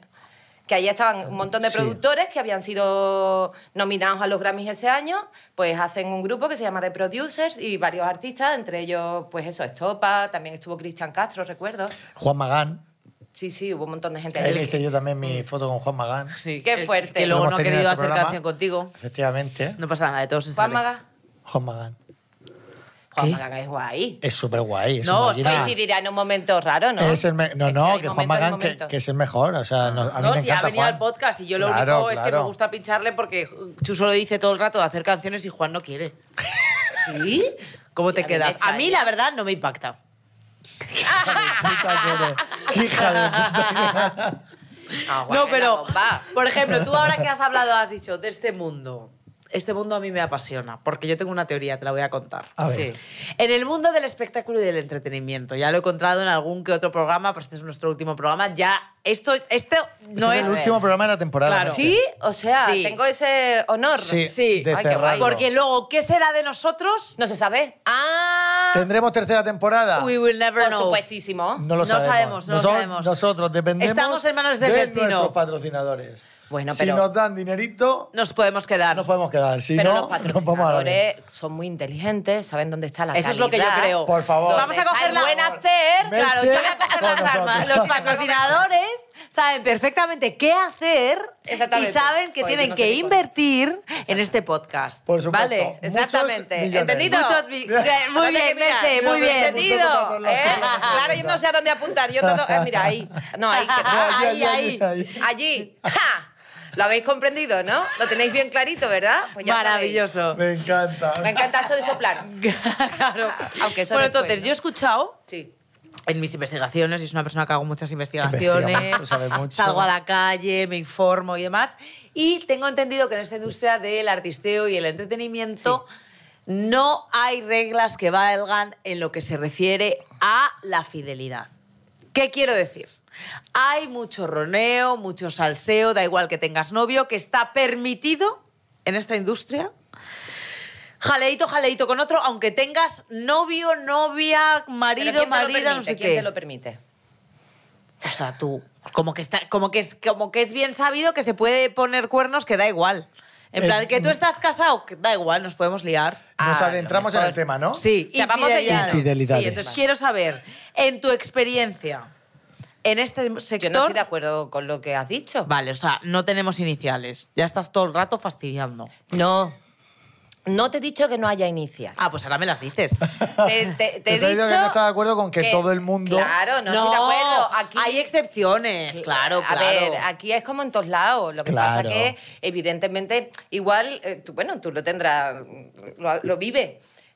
que ahí estaban un montón de
Sí.
productores que habían sido nominados a los Grammys ese año, pues hacen un grupo que se llama The Producers y varios artistas, entre ellos, pues eso, Estopa, también estuvo Cristian Castro, recuerdo.
Juan Magán.
Sí, sí, hubo un montón de gente.
Ahí
ahí.
hice yo también mi foto con Juan Magán.
Mm. Sí,
Qué
que-
fuerte.
Que
Lo
luego
hemos
no ha
tenido en
querido
este
hacer
programa.
canción contigo.
Efectivamente.
No pasa nada, de todos se
Juan
sale.
Magán.
Juan Magán.
Juan
¿Qué?
Magán es guay.
Es súper guay. Es
No,
una
o sea,
máquina.
Coincidirá en un momento raro, ¿no?
Es el me- no,
Es
no,
hay
que Juan
momentos y
Magán, que,
momentos.
que es el mejor. O sea, no- a mí
no,
me
si
encanta
ha venido
Juan.
al podcast y yo lo
Claro,
único es que me
claro.
gusta pincharle porque Chuso lo dice todo el rato de hacer canciones y Juan no quiere.
¿Sí?
¿Cómo te
A mí me
quedas? A
extraña.
mí, la verdad, no me impacta.
Puta que eres. Qué hija de puta que eres.
Ah, guay,
No,
la
pero,
bomba.
por ejemplo, tú ahora que has hablado, has dicho, de este mundo. Este mundo a mí me apasiona, porque yo tengo una teoría, te la voy a contar.
A ver.
Sí.
En el mundo del espectáculo y del entretenimiento, ya lo he encontrado en algún que otro programa, pero este es nuestro último programa, ya esto, esto no
Este
es...
el último programa de la temporada.
Pues Claro.
¿no?
Sí, o sea,
Sí.
tengo ese honor.
Sí,
Sí.
de
Ay, qué guay.
cerrarlo.
Porque luego, ¿qué será de nosotros?
No se sabe. Ah,
¿Tendremos tercera temporada?
We will never
por
know.
supuestísimo.
No lo
No
sabemos.
sabemos, no lo
Nosot-
sabemos.
Nosotros dependemos
Estamos en manos del
de
destino.
nuestros patrocinadores.
Bueno,
Si
pero-
nos dan dinerito,
Nos podemos quedar.
nos podemos quedar. Si
pero
no,
los
nos vamos a la mierda.
patrocinadores son muy inteligentes, saben dónde está la
Eso es lo que yo
calidad.
creo.
Por favor.
Vamos a
Está
coger
el
la...
buen hacer.
Merche
Claro, yo voy a coger
con
las
nosotros.
armas. Los patrocinadores saben perfectamente qué hacer y
Exactamente.
saben que
Oye,
tienen
no sé
que
ni cuál.
invertir en este podcast.
Por supuesto.
¿Vale?
Muchos
Exactamente.
millones.
¿Entendido?
Muchos vi-
No
muy
te
bien,
que mirar.
Merche, muy bien.
Merche,
Entendido,
Apunta para todos
¿eh?
lados.
Claro, yo no sé a dónde apuntar. Yo todo- eh, mira, ahí. No, ahí. que no.
Ah,
Ahí, ahí,
ahí, ahí.
ahí.
Allí. ¡Ja! Lo habéis comprendido, ¿no? Lo tenéis bien clarito, ¿verdad? Pues ya
Maravilloso.
Me encanta.
sabéis. Me encanta eso de soplar.
claro.
Aunque eso
bueno,
después,
entonces,
¿no?
yo he escuchado
Sí.
en mis investigaciones, y es una persona que hago muchas investigaciones,
Investiga mucho, sabe mucho.
salgo a la calle, me informo y demás, y tengo entendido que en esta industria del artisteo y el entretenimiento no hay reglas que valgan en lo que se refiere a la fidelidad. ¿Qué quiero decir? Hay mucho roneo, mucho salseo, da igual que tengas novio, que está permitido en esta industria jaleito, jaleito con otro, aunque tengas novio, novia,
Pero
marido,
¿quién te lo
marida, no
permite?
sé
¿Quién te
qué.
lo permite?
O sea, tú, como que, está, como, que es, como que es bien sabido que se puede poner cuernos, que da igual. En
Eh,
plan, que tú estás casado, que da igual, nos podemos liar.
Ah,
Nos
lo
adentramos en
mejor.
el tema, ¿no?
Sí,
O sea, vamos de
infidelidad.
lleno.
Infidelidades.
Sí, entonces quiero saber, en tu experiencia, en este
Yo no
sector...
estoy de acuerdo con lo que has dicho.
vale, o sea, no tenemos iniciales. Ya estás todo el rato fastidiando.
No. No te he dicho que no haya inicial.
Ah, pues ahora me las dices.
Te, te- te
Te
he
he dicho que no estás de acuerdo con que
que-
todo el mundo.
Claro, no, estoy de acuerdo. Aquí
hay excepciones, Pues claro, claro.
Eh, A ver, aquí es como en todos lados. Lo que
Claro.
pasa que, evidentemente, igual, eh, tú, bueno, tú lo tendrás, lo, lo vives.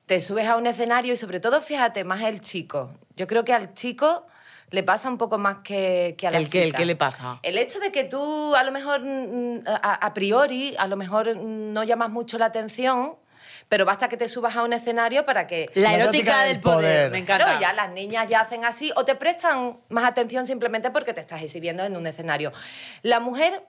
Te subes a un escenario y sobre todo, fíjate, más el chico. Yo creo que al chico le pasa un poco más que, que a la
¿El qué? ¿El
chica.
qué le pasa?
El hecho de que tú a lo mejor mm, a, a priori, a lo mejor mm, no llamas mucho la atención, pero basta que te subas a un escenario para que
La erótica del poder. Me encanta.
Claro, ya las niñas ya hacen así o te prestan más atención simplemente porque te estás exhibiendo en un escenario. La mujer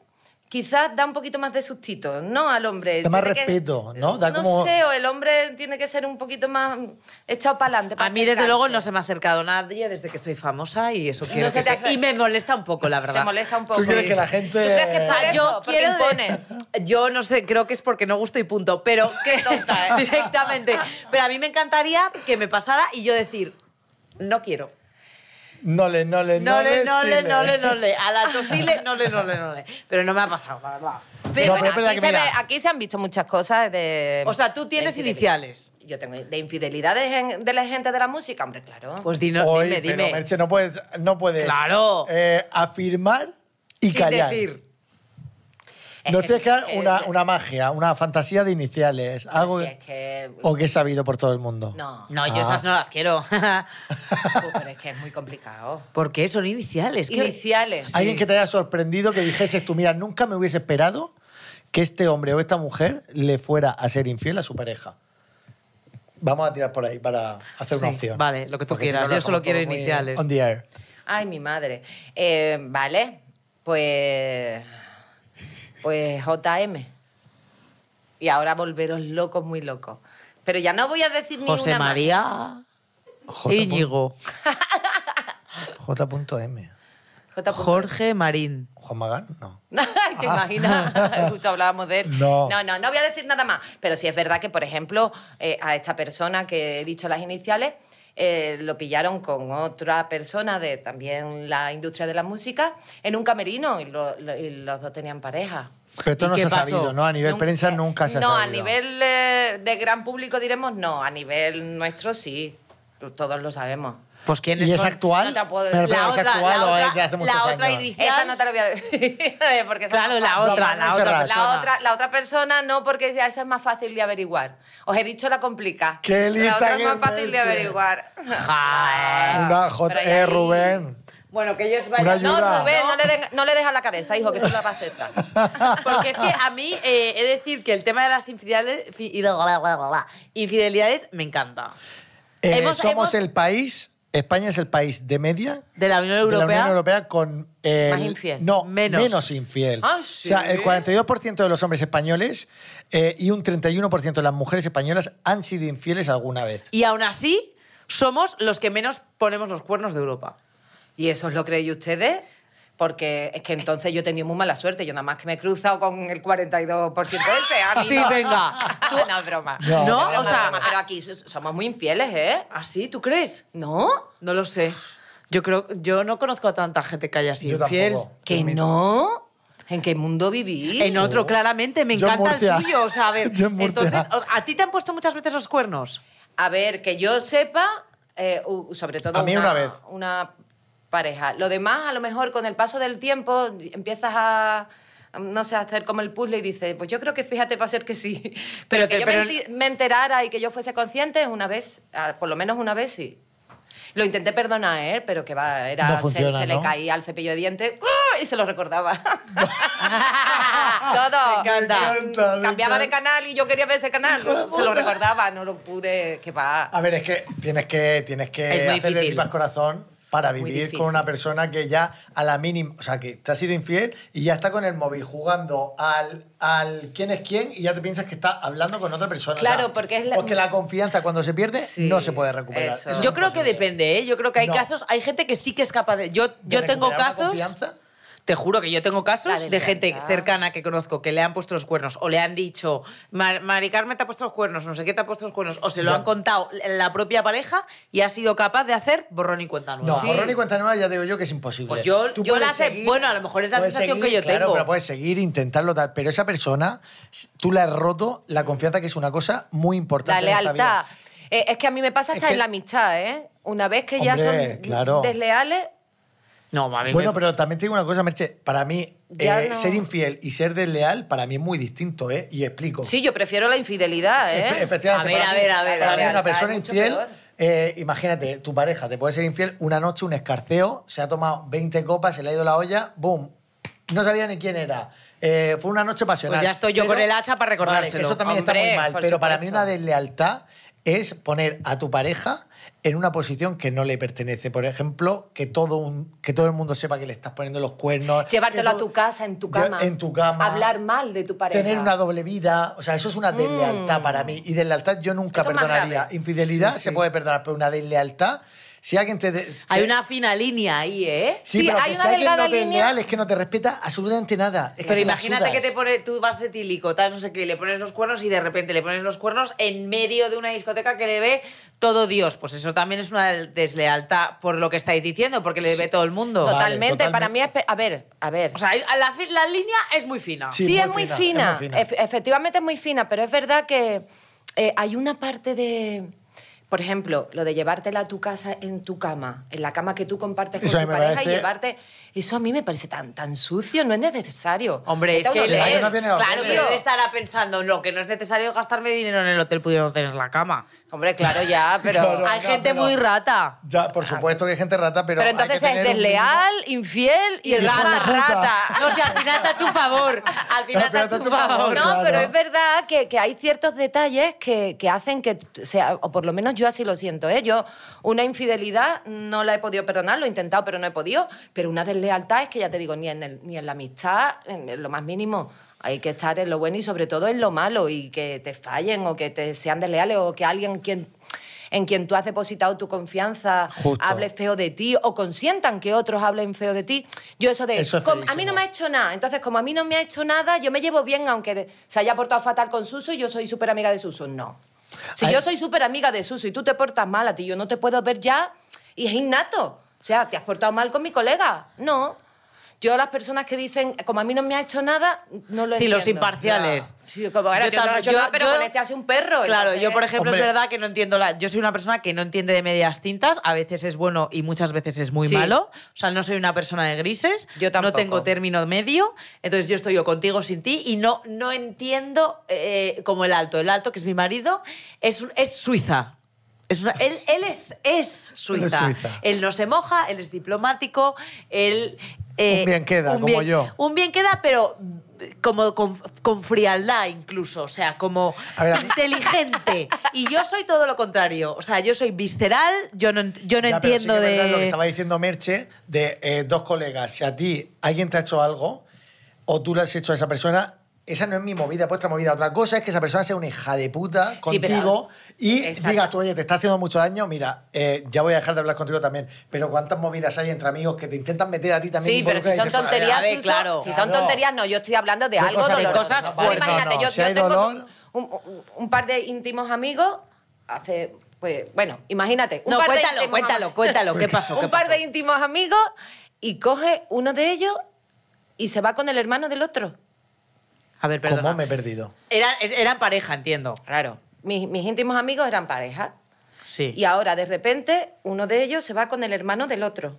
quizás da un poquito más de sustito, ¿no al hombre.
Da más
Tiene que- Eh,
respeto, ¿no? Da como-
sé, o el hombre tiene que ser un poquito más echado para adelante.
A mí, desde luego, no se me ha acercado nadie desde que soy famosa y eso quiero que
se te
te-
hace-
Y me molesta un poco, la verdad.
Te molesta un poco.
¿Tú quieres que la
¿Tú
gente.? Ah,
crees que
O sea,
Por
yo
eso, porque
quiero
impones.
de- yo no sé, creo que es porque no gusto y punto, pero que
Tonta, ¿eh?
directamente. Pero a mí me encantaría que me pasara y yo decir, no quiero.
No le, no le,
No le, no
sí
le, no le, no le. A la tosile, no le, no le, no le. Pero no me ha pasado, la verdad.
Pero
No, pero
bueno,
es verdad
aquí,
que
se
mira.
ve- aquí se han visto muchas cosas de.
O sea, tú tienes
de infidelidad.
iniciales.
Yo tengo de infidelidades en- de la gente de la música, hombre, claro.
Pues dino-
Hoy,
dime,
pero,
dime.
Merche, no puedes, no puedes
Claro.
eh, afirmar y
Sin
callar.
decir.
Es
Nos
que-
tienes que dar
que-
una, una magia, una fantasía de iniciales. Algo Oh,
si es que-
O que es sabido por todo el mundo.
No.
No,
Ah.
yo esas no las quiero.
Uf, pero es que es muy complicado.
¿Por qué? Son iniciales. ¿Qué-
Iniciales.
Alguien que te haya sorprendido que dijese tú, mira, nunca me hubiese esperado que este hombre o esta mujer le fuera a ser infiel a su pareja. Vamos a tirar por ahí para hacer una
Sí,
opción.
vale, lo que tú
si
quieras,
no, lo
yo solo
dejamos todo
quiero
muy
iniciales.
On the air.
Ay, mi madre. Eh, vale, pues. Pues JM. Y ahora volveros locos, muy locos. Pero ya no voy a decir ni
José
una más.
María
J.
Íñigo.
J.M.
J.
Jorge Marín.
Juan Magán, no.
¿Te imaginas? Justo hablábamos de él.
Ah. No.
no, no, no voy a decir nada más. Pero sí es verdad que, por ejemplo, eh, a esta persona que he dicho las iniciales, eh, lo pillaron con otra persona de también la industria de la música en un camerino y, lo- lo- y los dos tenían pareja.
Pero esto
¿Y
no
qué
se ha
pasó?
sabido, ¿no? A nivel
Nunca-
prensa nunca se ha
No,
sabido.
a nivel eh, de gran público diremos no, a nivel nuestro sí, todos lo sabemos.
Pues quién
¿Y es
No
actual?
te puedo
Pero,
decir.
La
pero, ¿es
otra-
actual
la
o es
otra-
de hace muchos
la otra
años?
inici-
Esa no te la voy a decir. porque esa
Claro,
es más
la
fácil.
otra,
Juan
la
Manuel
otra
Serrat.
La
persona.
otra, la otra persona no, porque ya esa es más fácil de averiguar. Os he dicho la complica.
Qué lista
La otra es
que
más fácil de
eres.
averiguar.
Jae.
Una
Pero ahí-
J. Eh, Rubén.
Bueno, que ellos
Una
vayan.
ayuda.
No, Rubén, no, le den- no le dejas la cabeza, hijo, que tú la vas a aceptar.
Porque es que a mí eh, he de decir que el tema de las infidelidades, fi- y la- la- la- la- la- infidelidades me encanta.
Eh,
Hemos-
somos
hemos-
el país, España es el país de media
De la Unión
de la
Europea.
Unión Europea con... el-
Más infiel.
No,
Menos.
menos, infiel.
Ah,
O
sí.
sea, el 42% de los hombres españoles eh, y un 31% de las mujeres españolas han sido infieles alguna vez.
Y aún así, somos los que menos ponemos los cuernos de Europa.
¿Y eso os lo creéis ustedes? Porque es que entonces yo he tenido muy mala suerte. Yo nada más que me he cruzado con el 42% ese. a mí
Sí,
no.
venga.
no, es broma.
No,
No.
Es broma,
o sea,
es broma. pero aquí so- somos muy infieles, ¿eh?
¿Así? ¿Tú crees?
¿No?
No lo sé. Yo creo, yo no conozco a tanta gente que haya sido
Yo
infiel.
tampoco.
¿Que no? ¿En qué mundo vivís?
En otro, claramente, me
Oh. Yo en
encanta
Murcia.
el tuyo. O sea, a ver,
Yo en Murcia.
entonces, ¿a ti te han puesto muchas veces los cuernos?
A ver, que yo sepa, eh, u- sobre todo
A mí una vez.
una pareja. Lo demás, a lo mejor con el paso del tiempo empiezas a a, no sé, a hacer como el puzzle y dices, pues yo creo que fíjate va a ser que sí. Pero,
Pero
que
te-
yo
pero-
me, enti- me enterara y que yo fuese consciente una vez, ah, por lo menos una vez sí. Lo intenté perdonar, ¿eh? pero que va, era,
No
se-
funciona,
se, le
¿no?
caía al cepillo de dientes ¡ah! y se lo recordaba. Todo.
Me encanta.
Me encanta, me
Cambiaba de
encanta.
canal y yo quería ver ese canal. Se lo recordaba, no lo pude, que va.
A ver, es que tienes que, tienes
Es
que
muy
hacer de
difícil.
tripas corazón para vivir
difícil.
con una persona que ya a la mínima, o sea, que te ha sido infiel y ya está con el móvil jugando al, al quién es quién y ya te piensas que está hablando con otra persona. O sea,
Claro, porque es la-
Porque la confianza cuando se pierde
Sí,
no se puede recuperar.
eso.
Eso
Yo
es
creo que
imposible.
depende, ¿eh? Yo creo que hay
No.
casos, hay gente que sí que es capaz de. Yo,
¿De
yo tengo
recuperar la
casos.
confianza?
Te juro que yo tengo
La
casos de gente
deslealtad.
cercana que conozco que le han puesto los cuernos o le han dicho, "Mar- Mari Carmen te ha puesto los cuernos, no sé qué te ha puesto los cuernos, o se lo
Ya.
han contado la propia pareja y ha sido capaz de hacer borrón y cuenta nueva.
No,
Sí.
borrón y cuenta nueva ya digo yo que es imposible.
Pues yo-
Tú
yo
puedes
la sé- bueno, a lo mejor es la
puedes
sensación que yo
claro,
tengo.
pero puedes seguir, intentarlo tal. Pero esa persona, s- tú la has roto la confianza, que es una cosa muy
La
importante. en esta
lealtad.
vida.
Eh, es que a mí me pasa hasta
Es que-
en la amistad, ¿eh? Una vez que ya
Hombre,
son
claro.
desleales,
No, mami.
Bueno,
me-
pero también te digo una cosa, Merche. Para mí,
Ya
eh,
no.
ser infiel y ser desleal, para mí es muy distinto, ¿eh? Y explico.
sí, yo prefiero la infidelidad,
Efe-
¿eh?
Efectivamente.
A ver,
para
a
mí-
ver, a ver,
Para
a
mí
ver,
una
acá es
persona
mucho
infiel,
peor.
eh, imagínate, tu pareja te puede ser infiel una noche, un escarceo, se ha tomado 20 copas, se le ha ido la olla, boom, no sabía ni quién era. Eh, fue una noche pasional.
Pues ya estoy yo con el hacha para recordárselo.
Vale, que eso también
Hombre,
está muy mal,
por
pero para mí
supuesto.
una deslealtad es poner a tu pareja en una posición que no le pertenece. Por ejemplo, que todo, un, que todo el mundo sepa que le estás poniendo los cuernos.
Llevártelo
que
a
todo-
tu casa, en tu
Lle-
cama.
En tu cama.
Hablar mal de tu pareja. Mm.
Tener una doble vida, o sea, eso es una deslealtad para mí. Y deslealtad yo nunca
Eso es más
perdonaría.
grave.
Infidelidad
Sí, sí.
se puede perdonar, pero una deslealtad, si alguien te... de-
Hay
te-
una fina línea ahí, ¿eh?
Sí,
Sí,
pero
hay
que
una
si alguien
delgada
no eh. te es
línea.
leal es que no te respeta absolutamente nada. Es que
Pero
se la
imagínate
sudas.
que te pone, tú vas etílico, tal, no sé qué, y le pones los cuernos y de repente le pones los cuernos en medio de una discoteca que le ve todo Dios. Pues eso también es una deslealtad por lo que estáis diciendo, porque le ve todo el mundo.
Total.
Totalmente,
Vale,
para mí es... pe- A ver, a ver.
O sea, hay- la, fi- la línea es muy fina.
Sí,
Sí,
muy
es, muy
fina,
fina,
es muy fina.
Efe- Efectivamente es muy fina, pero es verdad que eh, hay una parte de... Por ejemplo, lo de llevártela a tu casa en tu cama, en la cama que tú compartes con
Eso a
tu
mí me
pareja y
parece-
llevarte... Eso a mí me parece tan, tan sucio, no es necesario.
Hombre, es
Vete a
que
un
Sí, hay
él-
hotel.
una tiene
claro,
hoteles.
que él estará pensando en lo que no es necesario es gastarme dinero en el hotel pudiendo tener la cama.
Hombre, claro, ya, pero...
Claro.
Hay
no,
gente
pero-
muy rata.
Ya, por supuesto que hay gente rata, pero...
Pero,
hay que
entonces es
tener un mínimo-
desleal, infiel y
Hijo de
rata,
puta.
rata.
No, si al final te ha hecho un favor. Al final te ha hecho un favor.
No,
Claro.
pero es verdad que, que hay ciertos detalles que, que hacen que sea, o por lo menos yo así lo siento, ¿eh? Yo una infidelidad no la he podido perdonar, lo he intentado, pero no he podido. Pero una deslealtad es que ya te digo, ni en, el- ni en la amistad, en lo más mínimo. Hay que estar en lo bueno y sobre todo en lo malo y que te fallen o que te sean desleales o que alguien quien, en quien tú has depositado tu confianza
Justo.
hable feo de ti o consientan que otros hablen feo de ti. Yo eso de...
Eso es
"Com- a mí
feísimo.
no me ha hecho nada. Entonces, como a mí no me ha hecho nada, yo me llevo bien aunque se haya portado fatal con Suso y yo soy súper amiga de Suso. No. Si
Ay.
yo soy súper amiga de Suso y tú te portas mal a ti, yo no te puedo ver ya y es innato. O sea, ¿te has portado mal con mi colega? No. Yo las personas que dicen, como a mí no me ha hecho nada, no lo
Sí,
entiendo.
los imparciales.
Ya. Sí, como, bueno, tío, no
tam-
me ha hecho nada, pero con este hace un perro.
Claro, yo, por
entonces-
ejemplo,
Hombre.
es verdad que no entiendo la... Yo soy una persona que no entiende de medias tintas. A veces es bueno y muchas veces es muy
Sí.
malo. O sea, no soy una persona de grises.
Yo tampoco.
No tengo término medio. Entonces yo estoy yo contigo sin ti y no, no entiendo eh, como el alto. El alto, que es mi marido, es, un- es suiza. Es una- él, él es, es suiza.
suiza.
Él no se moja, él es diplomático, él... eh,
Un bien queda, como
bien-
yo.
Un bien queda, pero como con, con frialdad incluso, o sea, como
A ver, a mí-
inteligente. Y yo soy todo lo contrario, o sea, yo soy visceral, yo no, ent- yo no
Ya, pero sí que
entiendo
es verdad
de...
lo que estaba diciendo Merche de eh, dos colegas. Si a ti alguien te ha hecho algo o tú le has hecho a esa persona, esa no es mi movida, pues otra movida. Otra cosa es que esa persona sea una hija de puta
Sí, pero-
contigo y
Exacto.
digas tú, oye, te está haciendo mucho daño, mira, eh, ya voy a dejar de hablar contigo también. Pero cuántas movidas hay entre amigos que te intentan meter a ti también.
Sí, pero si
involucras y
son
dices, "Bueno,
tonterías,
a ver,
Suso,
claro.
si son
Claro.
tonterías, no, yo estoy hablando de
De
algo
cosas
doloroso.
dolorosas,
Tú
fuertes.
Imagínate,
No, no,
yo,
si
yo
hay
tengo
dolor-
un, un- un par de íntimos amigos hace, pues, bueno, imagínate. un
No,
par de
cuéntalo,
íntimos
cuéntalo,
amigos-
cuéntalo, ¿qué pasó? ¿Qué
un par
pasó?
de íntimos amigos y coge uno de ellos y se va con el hermano del otro.
A ver,
¿Cómo
perdona.
me he perdido?
Eran, es- eran pareja, entiendo.
Claro. Mis, mis íntimos amigos eran pareja.
Sí.
Y ahora, de repente, uno de ellos se va con el hermano del otro.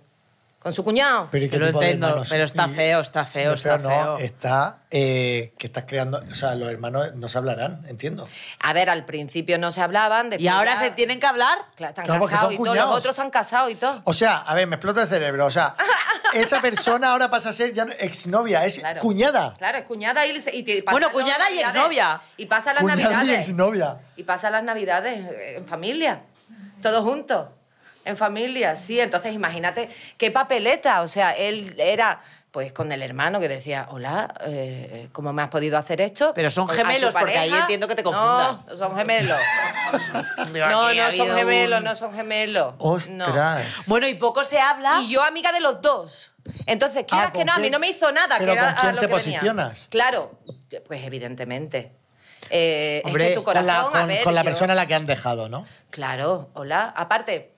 Con su cuñado.
Pero ¿y qué
Yo lo
tipo de
entiendo,
hermanos?
pero está
Y-
feo, está feo,
no,
está
no,
feo.
está eh, que estás creando, o sea, los hermanos no se hablarán, entiendo.
A ver, al principio no se hablaban. después
¿Y ahora
ya-
se tienen que hablar?
Claro, están
Claro, porque son
casados y todo.
cuñados.
Los otros se han casado y todo.
O sea, a ver, me explota el cerebro. O sea, esa persona ahora pasa a ser ya no- exnovia, es
Claro.
cuñada.
Claro, es cuñada y, se- y te- pasa
Bueno,
las
cuñada y
navidades.
exnovia.
Y pasa las
Cuñada y
navidades.
exnovia.
Y pasa las navidades eh, en familia. Todos juntos. En familia, sí. Entonces, imagínate qué papeleta. O sea, él era. Pues con el hermano que decía, hola, eh, ¿cómo me has podido hacer esto?
Pero son
A su
gemelos, porque ahí
pareja.
entiendo que te
No,
confundas.
No, son gemelos.
Digo,
no,
aquí ha
no son
habido
gemelos,
un-
no son gemelos. No.
Ostras.
Bueno, y poco se habla.
Y yo amiga de los dos. Entonces, quieras
Ah, ¿con
que no, a mí
quién?
no me hizo nada.
¿Pero
que
con
era a
quién
lo
te
que venía.
posicionas?
Claro, pues evidentemente. Eh, es
Hombre,
que tu corazón,
con la,
a ver,
con la
yo-
persona a la que han dejado, ¿no?
Claro, hola. Aparte,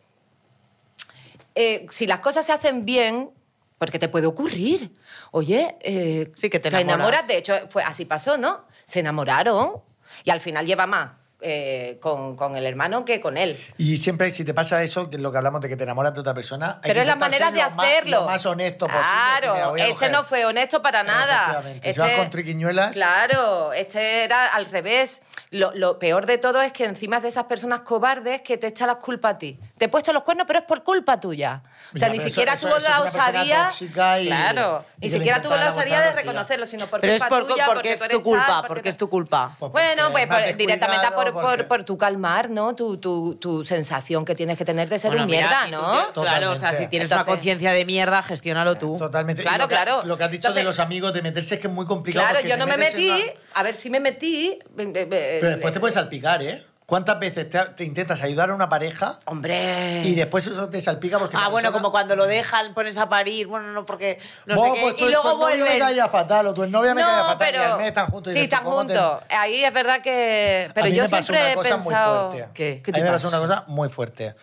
eh, si las cosas se hacen bien, porque te puede ocurrir. Oye, eh,
Sí, que te enamoras.
enamoras. De hecho, fue, así pasó, ¿no? Se enamoraron y al final lleva más eh, con, con el hermano que con él.
Y siempre, si te pasa eso, que es lo que hablamos de que te enamoras de otra persona, hay
Pero
que
es la
intentar
manera
ser
de
lo más-
hacerlo.
lo más honesto posible. Decir, mira,
Claro,
voy a
este
coger.
no fue honesto para nada. Este
Efectivamente, se va con triquiñuelas.
Claro, este era al revés. Lo, lo peor de todo es que encima es de esas personas cobardes que te echan las culpas a ti. Te he puesto los cuernos, pero es por culpa tuya. O sea,
Ya,
ni
pero eso-
siquiera
eso-
tuvo
eso es
la
una persona
osadía.
tóxica y-
claro,
y
ni
que le
siquiera tuvo la
intentan
osadía de
aguantar, tía.
reconocerlo, sino por
Pero es
culpa
por-
tuya,
porque es tu
tú eres
culpa,
tal,
porque es
tú-
tu culpa.
Pues porque
bueno, pues
me has
por- directamente
descuidado,
por, por,
porque-
por tu calmar, ¿no? Tu, tu, tu sensación que tienes que tener de ser
Bueno,
un
mira,
mierda,
si tú
¿no?
tienes- Claro, o sea, si
Totalmente.
tienes una
Entonces-
conciencia de mierda, gestiónalo tú.
Totalmente. Y
Claro,
lo que-
claro.
Lo que has dicho de los
Entonces-
amigos de meterse es que es muy complicado.
Claro,
porque
yo
te
no me
metes en
metí.
una-
A ver, si me metí.
Pero después te puedes salpicar, ¿eh? ¿Cuántas veces te, te intentas ayudar a una pareja
Hombre.
y después eso te salpica porque
Ah,
esa
bueno,
persona- Mm.
como cuando lo dejan, pones a parir, bueno, no, porque no
Vos,
sé qué,
pues, tu-
y luego
tu novio me
vuelven.
caía fatal o tu novia me caía
no,
fatal y al
pero.
mes están juntos. y
sí,
dices,
están
"Tú, ¿cómo te-".
juntos. Ahí es verdad que. Pero
a mí
yo
me pasó
siempre
una
he
cosa
pensado.
muy fuerte.
¿Qué? ¿Qué
a
te
mí me
pasó?
pasó una cosa muy fuerte.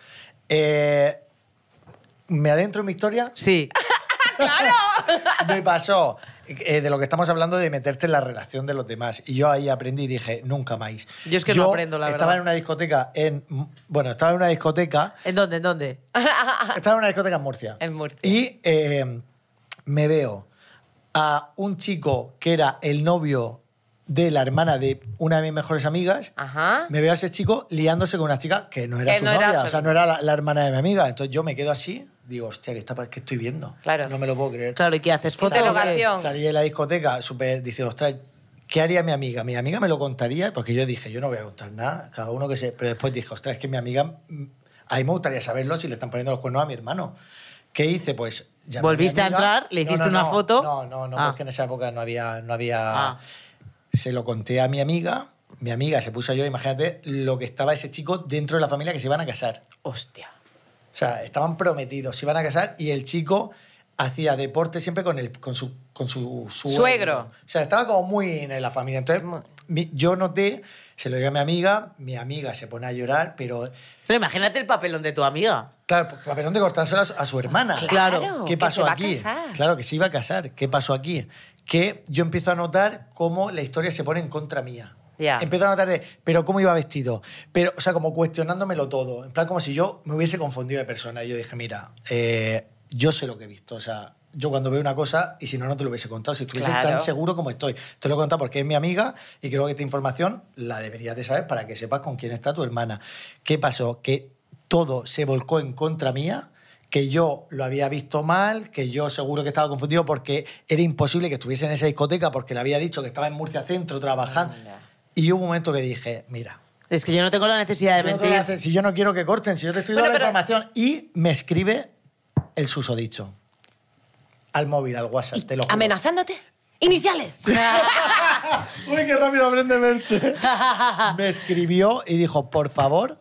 Eh, me adentro en mi historia.
Sí.
Me pasó eh, de lo que estamos hablando de meterte en la relación de los demás. Y yo ahí aprendí y dije, nunca más.
Yo es que no aprendo, la
estaba
verdad.
en una discoteca en... Bueno, estaba en una discoteca...
¿En dónde? ¿En dónde?
Estaba en una discoteca en Murcia.
En Murcia.
Y eh, me veo a un chico que era el novio de la hermana de una de mis mejores amigas.
Ajá.
Me veo a ese chico liándose con una chica que no era
Ah. Que
su
no era
novia,
su-
o sea, no era la, la hermana de mi amiga. Entonces yo me quedo así, digo, hostia, ¿qué, está, pa- qué estoy viendo?
Claro.
No me lo puedo creer.
Claro, ¿y qué haces? ¿Foto? o qué?
Interrogación.
Salí de la discoteca súper diciendo, ostras, ¿qué haría mi amiga? Mi amiga me lo contaría, porque yo dije, yo no voy a contar nada, cada uno que se... Pero después dije, ostras, es que mi amiga, mm, a mí me gustaría saberlo si le están poniendo los cuernos a mi hermano. ¿Qué hice? Pues... llamé mi
¿Volviste a
amiga.
entrar? ¿Le hiciste una
no,
foto?
No, no, no,
Ah.
porque en esa época no había... No había
Ah.
se lo conté a mi amiga. Mi amiga se puso a llorar. Imagínate lo que estaba ese chico dentro de la familia que se iban a casar.
Hostia.
O sea, estaban prometidos, se iban a casar y el chico hacía deporte siempre con, el, con su, con su
Suegro.
O sea, estaba como muy en la familia. Entonces,
Muy.
mi- yo noté, se lo dije a mi amiga, mi amiga se pone a llorar, pero
Pero imagínate el papelón de tu amiga.
claro, por- papelón de cortárselo a su, a su hermana.
Claro.
¿Qué
que
pasó
se va a
aquí?
casar.
Claro, que se iba a casar. ¿Qué pasó aquí? Que yo empiezo a notar cómo la historia se pone en contra mía.
Ya.
Empiezo a notar de, pero cómo iba vestido. Pero, o sea, como cuestionándomelo todo. En plan, como si yo me hubiese confundido de persona. Y yo dije, mira, eh, yo sé lo que he visto. O sea, yo cuando veo una cosa, y si no, no te lo hubiese contado, si estuviese
Claro.
tan seguro como estoy. Te lo he contado porque es mi amiga y creo que esta información la deberías de saber para que sepas con quién está tu hermana. ¿Qué pasó? Que todo se volcó en contra mía, que yo lo había visto mal, que yo seguro que estaba confundido porque era imposible que estuviese en esa discoteca porque le había dicho que estaba en Murcia Centro trabajando. Y hubo un momento que dije, mira,
Es que yo no tengo la necesidad de
yo no te
mentir.
voy a hacer- si yo no quiero que corten, si yo te estoy
Bueno,
dando la
pero-
información. Y me escribe el susodicho. Al móvil, al WhatsApp, te lo juro.
¿Amenazándote? ¡Iniciales!
Uy, qué rápido aprende Merche. me escribió y dijo, por favor,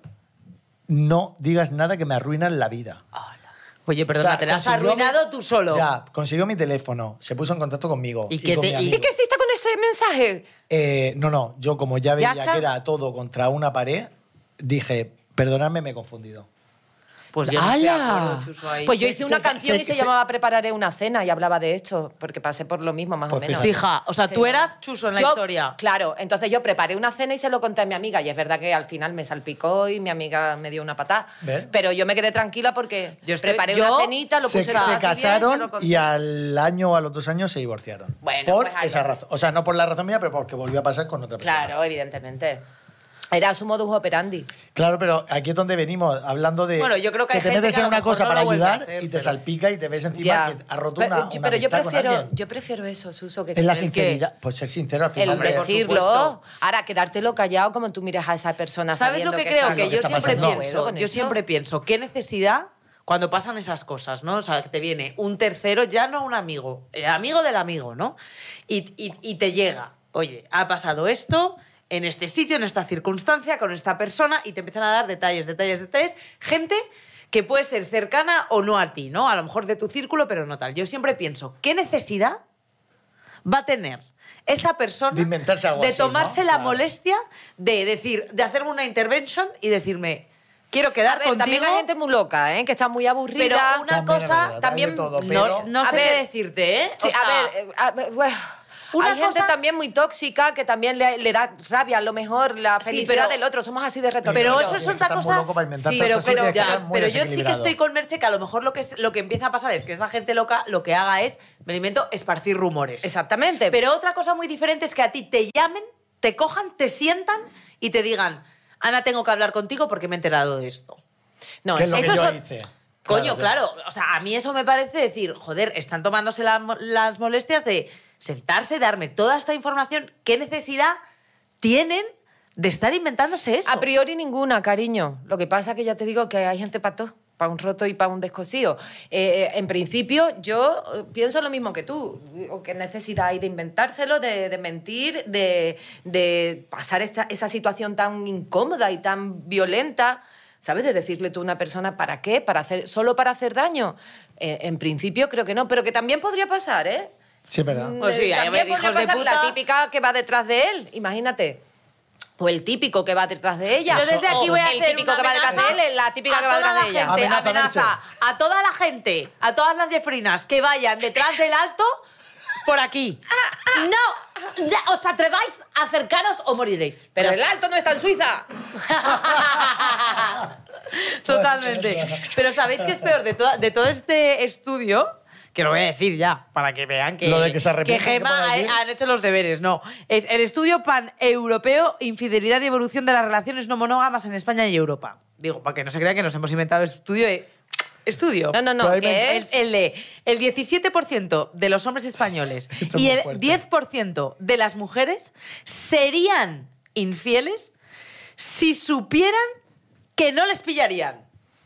no digas nada que me arruinan la vida.
Oye, Pues perdona,
O sea,
te la has
consiguió mi-
arruinado tú solo.
Ya, consiguió mi teléfono, se puso en contacto conmigo.
¿Y
¿Y,
qué
con
te-
mi
y-
amigo.
¿Qué hiciste con ese mensaje?
Eh, no, no, yo como ya veía
está?
que era todo contra una pared, dije, perdonadme, me he confundido.
Pues yo no estoy de
¡Hala!
acuerdo, Chuso, ahí.
Pues yo
Se-
hice una
se-
canción
se-
y se,
se-
llamaba Prepararé una cena y hablaba de esto, porque pasé por lo mismo más
Pues
o menos.
fíjate.
Hija, Ah, o sea, tú eras Chuso en la
Yo-
historia.
Claro, entonces yo preparé una cena y se lo conté a mi amiga, y es verdad que al final me salpicó y mi amiga me dio una patada.
¿Ves?
Pero yo me quedé tranquila porque
Yo estoy-
preparé
yo-
una cenita, lo
se, se
puse todo así bien, se
casaron
lo conté.
y al año o a los dos años se divorciaron.
Bueno,
por
pues allá.
esa razón. O sea, no por la razón mía, pero porque volvió a pasar con otra persona.
Claro, evidentemente. Era su modus operandi.
Claro, pero aquí es donde venimos, hablando de
Bueno, yo creo que hay
te
gente
metes
que a
en
lo
una
mejor
cosa
no
para
lo vuelve a
ayudar
hacer,
y te
pero-
salpica y te ves encima
Ya.
que ha roto
pero,
una, una
pero yo
amistad con
prefiero,
alguien.
yo prefiero eso, Suso, que
es la
tener que-
sinceridad, pues ser sincero al final.
El
Hombre, por
decirlo.
supuesto.
Ahora, quedártelo callado como tú miras a esa persona.
¿Sabes lo
sabiendo
que
está-
creo?
lo
Que
que
yo
está
siempre
pasando.
No
pienso,
puedo con
yo
eso.
siempre pienso, ¿qué necesidad cuando pasan esas cosas, no? O sea, que te viene un tercero, ya no un amigo, el amigo del amigo, ¿no? Y, y- y te llega, oye, ha pasado esto en este sitio, en esta circunstancia, con esta persona, y te empiezan a dar detalles, detalles, detalles, gente que puede ser cercana o no a ti, ¿no? A lo mejor de tu círculo, pero no tal. Yo siempre pienso, ¿qué necesidad va a tener esa persona
De inventarse algo
de
así, ¿no?
tomarse la
Claro.
molestia de decir de hacerme una intervention y decirme quiero
A
quedar
ver,
contigo
también hay gente muy loca, ¿eh? que está muy aburrida.
pero una
También es
cosa
verdad, hay
también
de todo,
no,
pero-
no
A
sé
ver,
qué decirte eh
Sí,
O sea,
a ver, eh, a ver, bueno,
una
hay gente
cosa-
también muy tóxica que también le, le da rabia a lo mejor la
Sí,
felicidad
pero-
del otro. Somos así de retorno.
pero
Pero
eso es
tienes que
otra
estar muy
cosa
loco para inventarte
sí,
esas
pero,
cosas,
pero,
tienes que
ya,
estar muy
pero yo sí que
desequilibrado.
estoy con Merche que a lo mejor lo que es- lo que empieza a pasar es que esa gente loca lo que haga es medimente esparcir rumores
Exactamente.
Pero otra cosa muy diferente es que a ti te llamen, te cojan, te sientan y te digan, Ana, tengo que hablar contigo porque me he enterado de esto.
no,
que es lo que
eso
yo
son-
hice. Claro,
Coño, claro. O sea, a mí eso me parece decir, joder, están tomándose la mo- las molestias de sentarse, darme toda esta información. ¿Qué necesidad tienen de estar inventándose eso?
A priori ninguna, cariño. Lo que pasa que ya te digo que hay gente para todo, para un roto y para un descosío. Eh, en principio, yo eh, pienso lo mismo que tú. O ¿Qué necesidad hay de inventárselo, de, de mentir, de, de pasar esta, esa situación tan incómoda y tan violenta? ¿Sabes? De decirle tú a una persona, ¿para qué? ¿Para hacer, ¿Solo para hacer daño? Eh, en principio creo que no, pero que también podría pasar, ¿eh?
Sí, es verdad.
Pues sí, hay a ver,
También podría
hijos de
pasar
puta.
la típica que va detrás de él, imagínate. O el típico que va detrás de ella.
Yo desde
O
aquí voy a
el
hacer
típico
una
que va detrás
amenaza
de él, la típica
a
que va
toda
detrás de
la
ella.
gente,
Amenaza,
amenaza a toda la gente, a todas las jefrinas que vayan detrás del alto por aquí. No, ya os atreváis a acercaros o moriréis.
Pero
Ya
el alto no está en Suiza.
Totalmente. Pero ¿sabéis qué es peor de, to- de todo este estudio? Que lo voy a decir ya, para que vean que,
Lo de que se arrepienten, que
Gema
puedan
ha-
decir.
han hecho los deberes, no. Es el estudio pan-europeo, infidelidad y evolución de las relaciones no monógamas en España y Europa. Digo, para que no se crea que nos hemos inventado el estudio de... Estudio.
No, no, no,
Pero
que
El,
es...
el de el 17% de los hombres españoles
Esto es
y
muy
el
fuerte.
10% de las mujeres serían infieles si supieran que no les pillarían.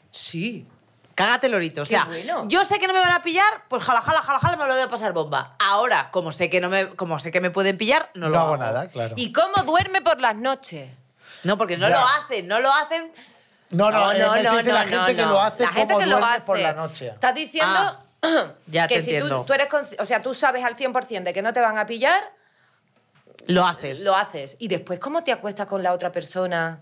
Sí.
Cágate el orito. O sea,
Qué bueno.
yo sé que no me van a pillar, pues jala, jala, jala, jala, me lo voy a pasar bomba. Ahora, como sé que no me, como sé que me pueden pillar, no, lo
No hago nada, claro.
¿Y cómo duerme por las noches?
No, porque no
Ya.
lo hacen, no lo hacen.
No, no,
No,
no,
no, no,
la
no,
gente que
no.
lo hace
La gente
como
que lo
duerme por
hace.
la noche.
Estás diciendo
Ah, ya
que
te
si
entiendo.
tú, tú eres consci- o sea, tú sabes al 100% de que no te van a pillar,
Lo haces.
lo haces. Y después, ¿cómo te acuestas con la otra persona?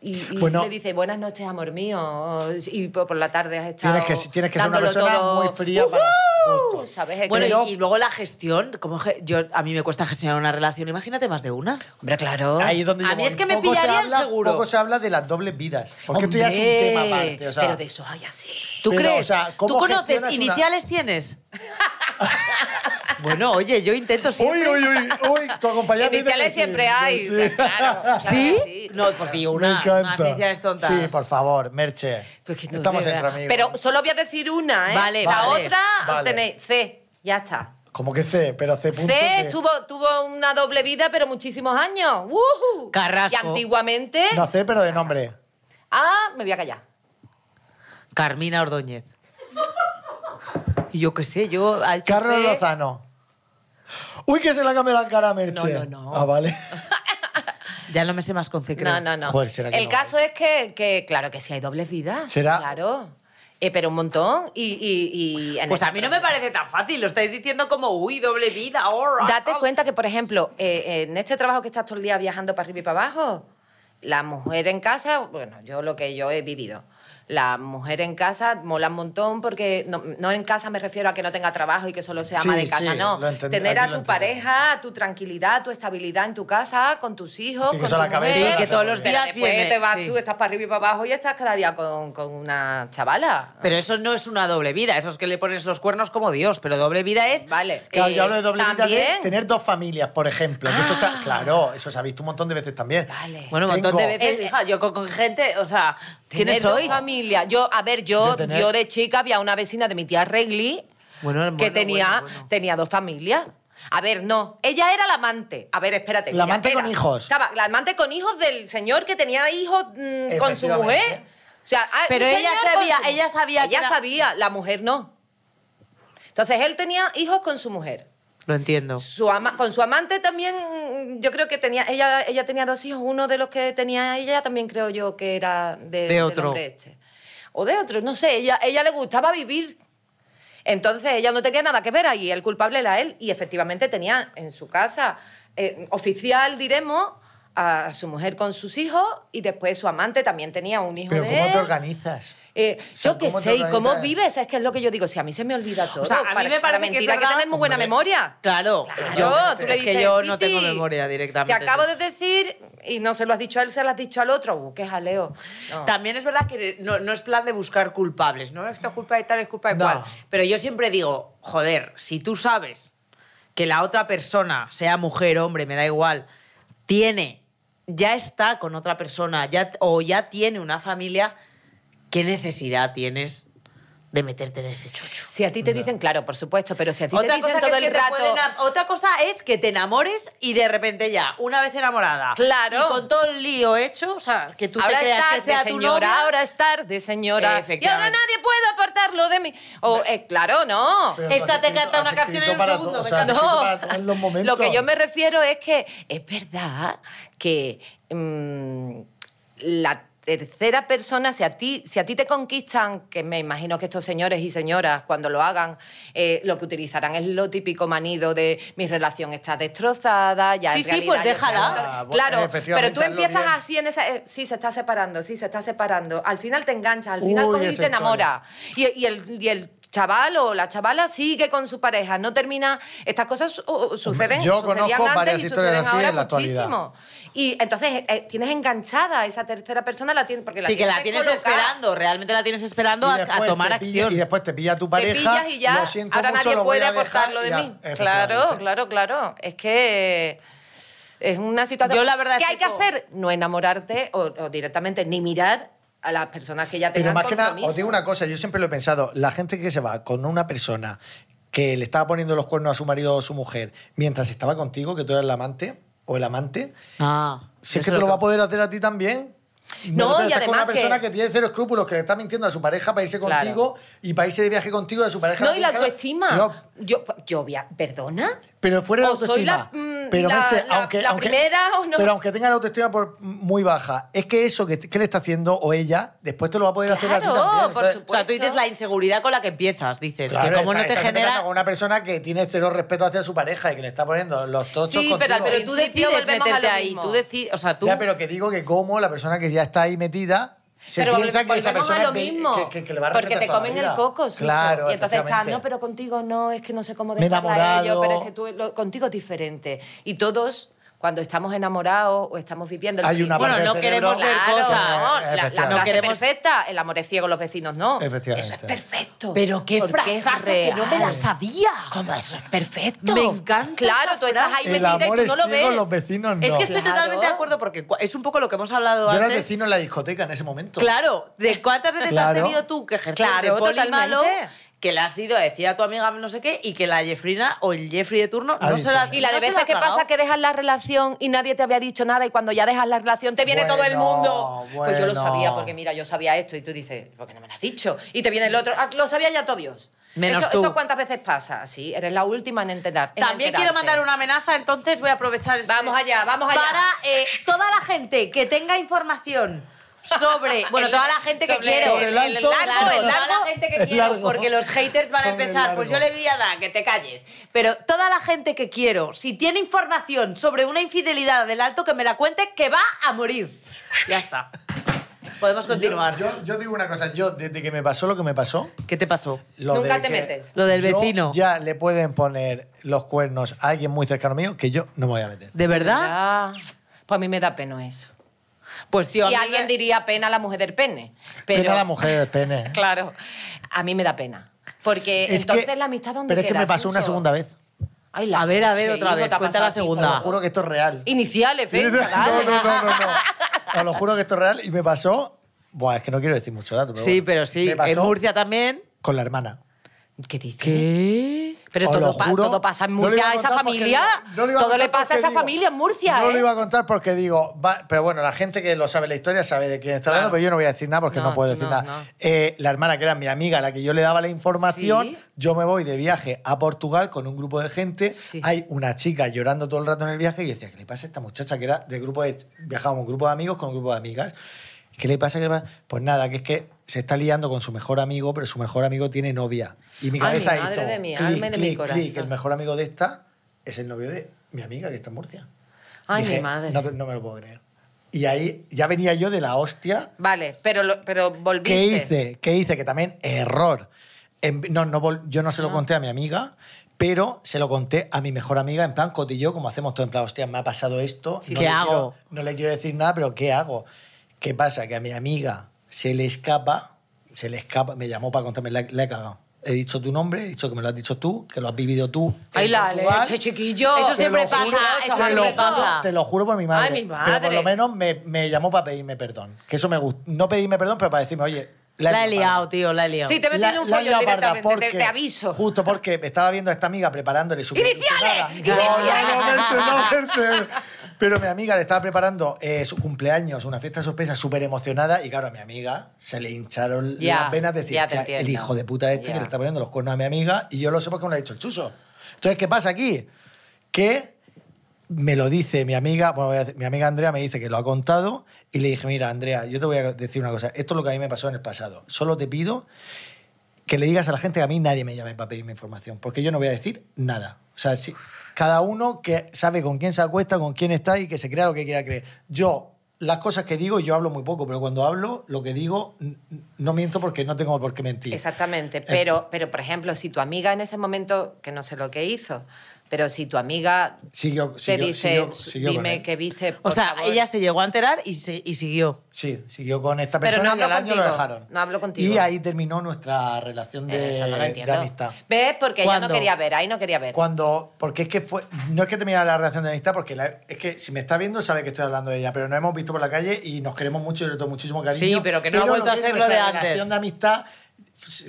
Y, y
Bueno.
le dices, buenas noches, amor mío. o- Y por por la tarde has estado
Tienes que, tienes que ser una
dándolo
persona
todo.
muy fría para...
Ujú,
justo.
¿Sabes? Es
Bueno,
que-
y, y luego la gestión, como ge- yo a mí me cuesta gestionar una relación, imagínate más de una.
Hombre, claro.
Ahí es donde
A
yo
mí
voy.
es que me
Poco se
pillarían
habla-
seguro.
Poco se habla de las dobles vidas. Porque esto ya es
Hombre,
un tema aparte. O sea,
Pero de eso hay así.
¿Tú
Pero,
crees?
o sea, ¿cómo
¿Tú conoces
gestionas una-
iniciales tienes? bueno, oye, yo intento
Uy,
siempre.
uy, uy, uy, tu acompañante. dice que
Iniciales
sí.
siempre hay.
Sí.
Claro, claro que
¿Sí?
sí.
No, pues digo,
Me
una,
encanta.
unas iniciales tontas.
Sí, por favor, Merche.
Pues que no,
Estamos
de
entre
verdad.
amigos.
Pero solo voy a decir una, ¿eh?
Vale,
La
vale.
otra
Vale.
tenéis C. Ya está.
Como que C, pero C punto.
C
que-
tuvo, tuvo una doble vida, pero muchísimos años. ¡Ujú!
Carrasco.
Y antiguamente.
No C, pero de nombre.
Ah, me voy a callar.
Carmina Ordóñez. Y yo qué sé, yo... al que
Carlos
sé-
Lozano. Uy, que se le ha cambiado la cara a Merche.
No, no, no.
Ah, vale.
Ya no me sé más con C, creo.
No, no, no.
Joder, ¿será que
el
no?
caso es que, que, claro, que sí hay dobles vidas.
¿Será?
Claro. Eh, pero un montón. Y, y, y en
Pues
este
a mí no me
programa.
parece tan fácil. Lo estáis diciendo como, uy, doble vida, ahora.
Date cuenta que, por ejemplo, eh, en este trabajo que estás todo el día viajando para arriba y para abajo, la mujer en casa, bueno, yo lo que yo he vivido, la mujer en casa mola un montón porque no, no en casa me refiero a que no tenga trabajo y que solo sea
Sí,
ama de casa,
sí,
no.
lo entend-
Tener a
aquí
tu
lo entiendo.
pareja, tu tranquilidad, tu estabilidad en tu casa, con tus hijos,
Sí, que
con
eso
tu
la cabeza-
mujer.
Sí, que todos los
Pero
días
después
viene,
te vas
sí.
tú, estás para arriba y para abajo y estás cada día con, con una chavala.
Pero eso no es una doble vida. Eso es que le pones los cuernos como Dios. Pero doble vida es...
Vale.
Claro,
eh,
yo hablo de doble vida de
también. Ah.
tener dos familias, por ejemplo. que eso se ha- claro, eso se ha visto un montón de veces también.
Vale.
Bueno, un montón de
Tengo-
veces,
El-
hija, yo con, con gente, o sea, ¿quiénes
Tener Eh, dos
sois?
familia. Yo, a ver, yo,
De tener-
yo de chica había una vecina de mi tía Regli
Bueno, bueno,
que tenía,
bueno, bueno.
tenía dos familias. A ver, no. Ella era la amante. A ver, espérate.
La
mira,
amante
era-
con hijos.
Estaba la amante con hijos del señor que tenía hijos mm, con su
Efectivamente.
mujer. O sea, ah,
Pero
un
ella
señor con
sabía-
su-
ella sabía que
Ella
era-
sabía, la mujer no. Entonces él tenía hijos con su mujer.
Lo entiendo.
Su ama- con su amante también, mm, yo creo que tenía, ella, ella tenía dos hijos, uno de los que tenía ella también creo yo que era de, del
otro.
hombre este. O de otro, no sé, ella, ella le gustaba vivir. Entonces ella no tenía nada que ver ahí, el culpable era él y efectivamente tenía en su casa eh, oficial, diremos, a su mujer con sus hijos y después su amante también tenía un hijo
Pero
de
¿cómo
él.
te organizas?
Eh,
O sea,
yo qué
¿cómo te
sé, ¿y cómo
organizas?
vives? Es que es lo que yo digo, si a mí se me olvida todo.
O sea, a mí
para-
me
para
parece que es
mentira hay que
verdad.
tener muy buena
Hombre.
memoria.
Claro,
Claro, tú le
es
dices,
que yo no
"Piti,
tengo memoria directamente.
Te acabo de decir, y no se lo has dicho a él, se lo has dicho al otro. Uh, qué jaleo. No.
También es verdad que no, no es plan de buscar culpables, no esta culpa de tal, es culpa de
No.
cual. Pero yo siempre digo, joder, si tú sabes que la otra persona, sea mujer, hombre, me da igual, tiene, ya está con otra persona ya, o ya tiene una familia, ¿qué necesidad tienes de meterte en ese chocho?
Si a ti te dicen, claro, por supuesto, pero si a ti te
Otra
dicen
cosa, que
todo
es que
el
te pueden
rato...
a- otra cosa es que te enamores y de repente ya, una vez enamorada,
Claro.
y con todo el lío hecho, o sea, que tú
Ahora
te creas que
es
sea
tarde,
tu
señora,
novia,
ahora es tarde, señora. Y ahora
Efectivamente.
nadie puede apartarlo de mí. O, eh, claro, no.
Pero
Esta
has
te
escrito-
canta
has
una canción
escrito
en un
para
segundo,
to- o
me
sea, has
encanta.
escrito para todos los momentos.
Lo que yo me refiero es que es verdad que mm, la tercera persona, si a, ti, si a ti te conquistan, que me imagino que estos señores y señoras cuando lo hagan, eh, lo que utilizarán es lo típico manido de mi relación está destrozada, ya en
Sí, sí,
realidad
pues
yo
déjala.
estoy-
Ah, bueno,
claro,
efectivamente,
pero tú
hazlo
empiezas
bien.
así en esa... eh, sí, se está separando, sí, se está separando. Al final te enganchas, al final
Uy,
coges y
esa
te
historia.
enamoras. Y, y el, y el chaval o la chavala sigue con su pareja, no termina. Estas cosas su- o- suceden,
yo
sucedían
conozco
antes
varias
y
historias
suceden
así
ahora
en la actualidad.
muchísimo. Y entonces eh, eh, tienes enganchada a esa tercera persona, la tienes porque la
sí, que
tienes
la tienes
colocar.
esperando, realmente la tienes esperando
Y
a,
después
a tomar
te pilla-
acción.
y después te pilla tu pareja.
Te pillas y ya.
lo siento
ahora
mucho,
nadie
lo voy
puede
a dejar
aportarlo
y
de
ya.
mí. Claro,
Efectivamente.
claro, claro. Es que es una situación.
Yo la verdad
¿Qué
es
hay que
que como-
hacer? No enamorarte o, o directamente ni mirar a las personas que ya
Pero
tengan
más que nada,
compromiso.
os digo una cosa, yo siempre lo he pensado, la gente que se va con una persona que le estaba poniendo los cuernos a su marido o su mujer mientras estaba contigo, que tú eras la amante o el amante,
Ah,
si
eso
es que te lo
que-
va a poder hacer a ti también. Me
No,
refiero,
y
estás con una
además que-
persona que... tiene cero escrúpulos, que le está mintiendo a su pareja para irse
Claro.
contigo y para irse de viaje contigo de su pareja.
No, y la
tiene cada-
autoestima.
Tío,
Yo, yo, via- ¿perdona?
Pero fuera de la
O soy la-
autoestima.
mm,
pero,
la-
Merche,
la-
aunque,
la
aunque-
primera o no.
Pero aunque tenga la autoestima por- muy baja, es que eso que, que le está haciendo o ella, después te lo va a poder hacer a ti
Claro,
también.
por
Entonces,
supuesto.
O sea, tú dices la inseguridad con la que empiezas, dices,
claro,
que como
está-
no te
estás empezando
genera...
Con una persona que tiene cero respeto hacia su pareja y que le está poniendo los tochos
Sí, pero al-
contigo.
pero tú decides meterte ahí, tú
decides, o sea,
Ya, pero que digo que como la persona que ya está ahí metida se
pero
piensa que
volvemos
esa persona
a lo
es be-
mismo.
que, que- que le va a
porque
respetar
te
toda la
comen
vida.
el coco, Suso.
Claro,
y entonces estás,
efectivamente.
no, pero contigo no, es que no sé cómo
Me he
dejarla a
enamorado.
ellos, pero es que tú, lo- contigo es diferente. Y todos, cuando estamos enamorados o estamos viviendo... el
Hay una
feliz-
Bueno,
parte
no
del cerebro-
queremos ver
Claro,
cosas.
no, la, la
Efectivamente.
frase
No queremos-
perfecta, el amor es ciego, los vecinos no.
Efectivamente.
Eso es perfecto.
Pero qué
porque es
frasaza, que no me la
real.
sabía.
¿Cómo eso es perfecto?
Me encanta
Claro,
esa
tú estás ahí
El
metida
amor
y tú
es
no lo
ciego,
ves.
los vecinos
Es
no.
que estoy
Claro.
totalmente de acuerdo porque cua- es un poco lo que hemos hablado
Yo era el
antes.
vecino en la discoteca en ese momento.
Claro, de cuántas veces
Claro.
has tenido tú que ejercer
Eh, Claro,
de poli
totalmente.
malo que le has ido a decir a tu amiga no sé qué y que la Jeffrina o el Jeffrey de turno
Ha
no
dicho
se la
nada.
Y la de
no se
veces
ha
que
tragado.
pasa que dejas la relación y nadie te había dicho nada y cuando ya dejas la relación te viene todo el
Bueno,
mundo. Pues yo lo
bueno.
sabía porque mira, yo sabía esto y tú dices, ¿por qué no me lo has dicho? Y te viene el otro, "Ah, lo sabía ya todo Dios.
Menos
eso,
tú.
eso cuántas veces pasa? Sí, eres la última en enterar. en
También
enterarte.
quiero mandar una amenaza, entonces voy a aprovechar este-
Vamos allá, vamos allá.
Para eh, toda la gente que tenga información sobre. Bueno, toda la gente que
Sobre-
quiero.
sobre el alto.
largo, el
Claro,
largo, toda la gente que
el
quiero.
largo.
Porque los haters van a
Sobre el
empezar. Pues yo
largo.
le voy a dar, que te calles. Pero toda la gente que quiero, si tiene información sobre una infidelidad del alto, que me la cuente, que va a morir. Ya está. Podemos continuar.
Yo, yo digo una cosa, yo desde que me pasó lo que me pasó.
¿Qué te pasó?
lo
Nunca
de
te
que
metes.
Lo del
yo
vecino.
Ya le pueden poner los cuernos a alguien muy cercano mío que yo no me voy a meter.
¿De verdad?
Ah, Pues a mí me da pena eso.
Pues tío, a
y
mí
alguien
me-
diría pena a la mujer del pene. Pero,
Pena a la mujer del pene.
Claro, a mí me da pena. Porque
Es que-
entonces la amistad donde
Pero es que me pasó una segunda vez.
A ver, a ver, otra vez, cuenta la segunda.
Os lo juro que esto es real.
Iniciales,
No,
ven,
no,
chaval.
no, no, no, no. Os lo juro que esto es real y me pasó. Buah, es que no quiero decir mucho dato. Pero
Sí,
bueno.
pero sí.
Me pasó
En Murcia también.
Con la hermana.
¿Qué dices?
¿Qué?
Pero
Os
todo,
lo
pa-
juro,
todo pasa en
no lo iba
Murcia a esa
contar porque
familia.
digo- no lo iba a
todo le
contar
pasa a
porque
esa
digo-
familia en Murcia.
No
¿eh?
lo iba a contar porque digo, va- pero bueno, la gente que lo sabe la historia sabe de quién estoy hablando, pero yo no voy a decir nada porque no,
No,
puedo decir
no,
nada.
no.
Eh, la hermana, que era mi amiga, a la que yo le daba la información,
Sí.
yo me voy de viaje a Portugal con un grupo de gente.
Sí.
Hay una chica llorando todo el rato en el viaje y yo decía, ¿qué le pasa a esta muchacha que era del grupo de. Viajábamos un grupo de amigos con un grupo de amigas. ¿Qué le pasa? ¿Qué le pasa? Pues nada, que es que se está liando con su mejor amigo, pero su mejor amigo tiene novia. Y mi
Ay,
cabeza
mi madre
hizo
de mi
clic,
alma y de mi
clic, clic,
corazón.
el mejor amigo de esta es el novio de mi amiga que está en Murcia.
¿eh? Ay,
Dije,
mi madre.
No, te- no me lo puedo creer. Y ahí ya venía yo de la hostia.
Vale, pero, lo- pero volviste.
¿Qué hice? ¿Qué hice? Que también error. En- no, no vol- yo no
Ah.
se lo conté a mi amiga, pero se lo conté a mi mejor amiga en plan cotillo, como hacemos todo en plan, hostia, me ha pasado esto.
Sí,
no
¿qué
le
hago?
quiero- no le quiero decir nada, pero ¿qué hago? ¿Qué pasa? Que a mi amiga se le escapa, se le escapa, me llamó para contarme, la, la he cagado. He dicho tu nombre, he dicho que me lo has dicho tú, que lo has vivido tú. en
Ay, la
Portugal.
leche, chiquillo.
Eso
Te
siempre
lo juro,
pasa,
esos
eso
Te lo,
siempre
amigos.
pasa.
juro, te lo juro por mi madre.
Ay, mi
Pero por
madre.
lo menos me, me llamó para pedirme perdón. Que eso me gustó. No pedirme perdón, pero para decirme, oye, la,
La he
liado,
liado, tío, la he liado.
Sí, te metí
la-
en un
la he
follón
liado parda
directamente, te- te,
porque-
aviso.
Justo porque estaba viendo a esta amiga preparándole su
¡Iniciales!
No, no, no, Merche, no, Merche. Pero mi amiga le estaba preparando eh, su cumpleaños, una fiesta sorpresa súper emocionada. Y claro, a mi amiga se le hincharon
Ya,
las venas de decir,
ya te
"Hostia, el
entiendo.
hijo de puta este que
Ya.
le está poniendo los cuernos a mi amiga. Y yo lo sé porque me lo ha dicho el chuso. Entonces, ¿qué pasa aquí? Que me lo dice mi amiga, bueno, voy a decir, mi amiga Andrea me dice que lo ha contado y le dije, mira, Andrea, yo te voy a decir una cosa, esto es lo que a mí me pasó en el pasado, solo te pido que le digas a la gente que a mí nadie me llame para pedirme información, porque yo no voy a decir nada. O sea, si, cada uno que sabe con quién se acuesta, con quién está y que se crea lo que quiera creer. Yo, las cosas que digo, yo hablo muy poco, pero cuando hablo, lo que digo, n- n- no miento porque no tengo por qué mentir. Eh,
Exactamente, pero, pero por ejemplo, si tu amiga en ese momento, que no sé lo que hizo, pero si tu amiga
Siguió,
te
siguió,
dice,
siguió- siguió con
dime
él.
que viste.
O
por
sea,
favor".
ella se llegó a enterar y, se- y siguió.
Sí, siguió con esta
Pero
persona
no
y al
hablo
año lo
contigo.
dejaron.
No hablo contigo. Eh,
Y ahí terminó nuestra relación de,
Eso no lo
Eh, de
entiendo.
amistad.
¿Ves? Porque ella no
¿Cuándo?
quería ver, ahí no quería ver.
Cuando, porque es que fue, no es que terminara la relación de amistad, porque la- es que si me está viendo sabe que estoy hablando de ella, pero nos hemos visto por la calle y nos queremos mucho y le tengo muchísimo cariño.
Sí, pero que no ha
lo
vuelto a
es
ser lo de
nuestra
antes.
relación de amistad,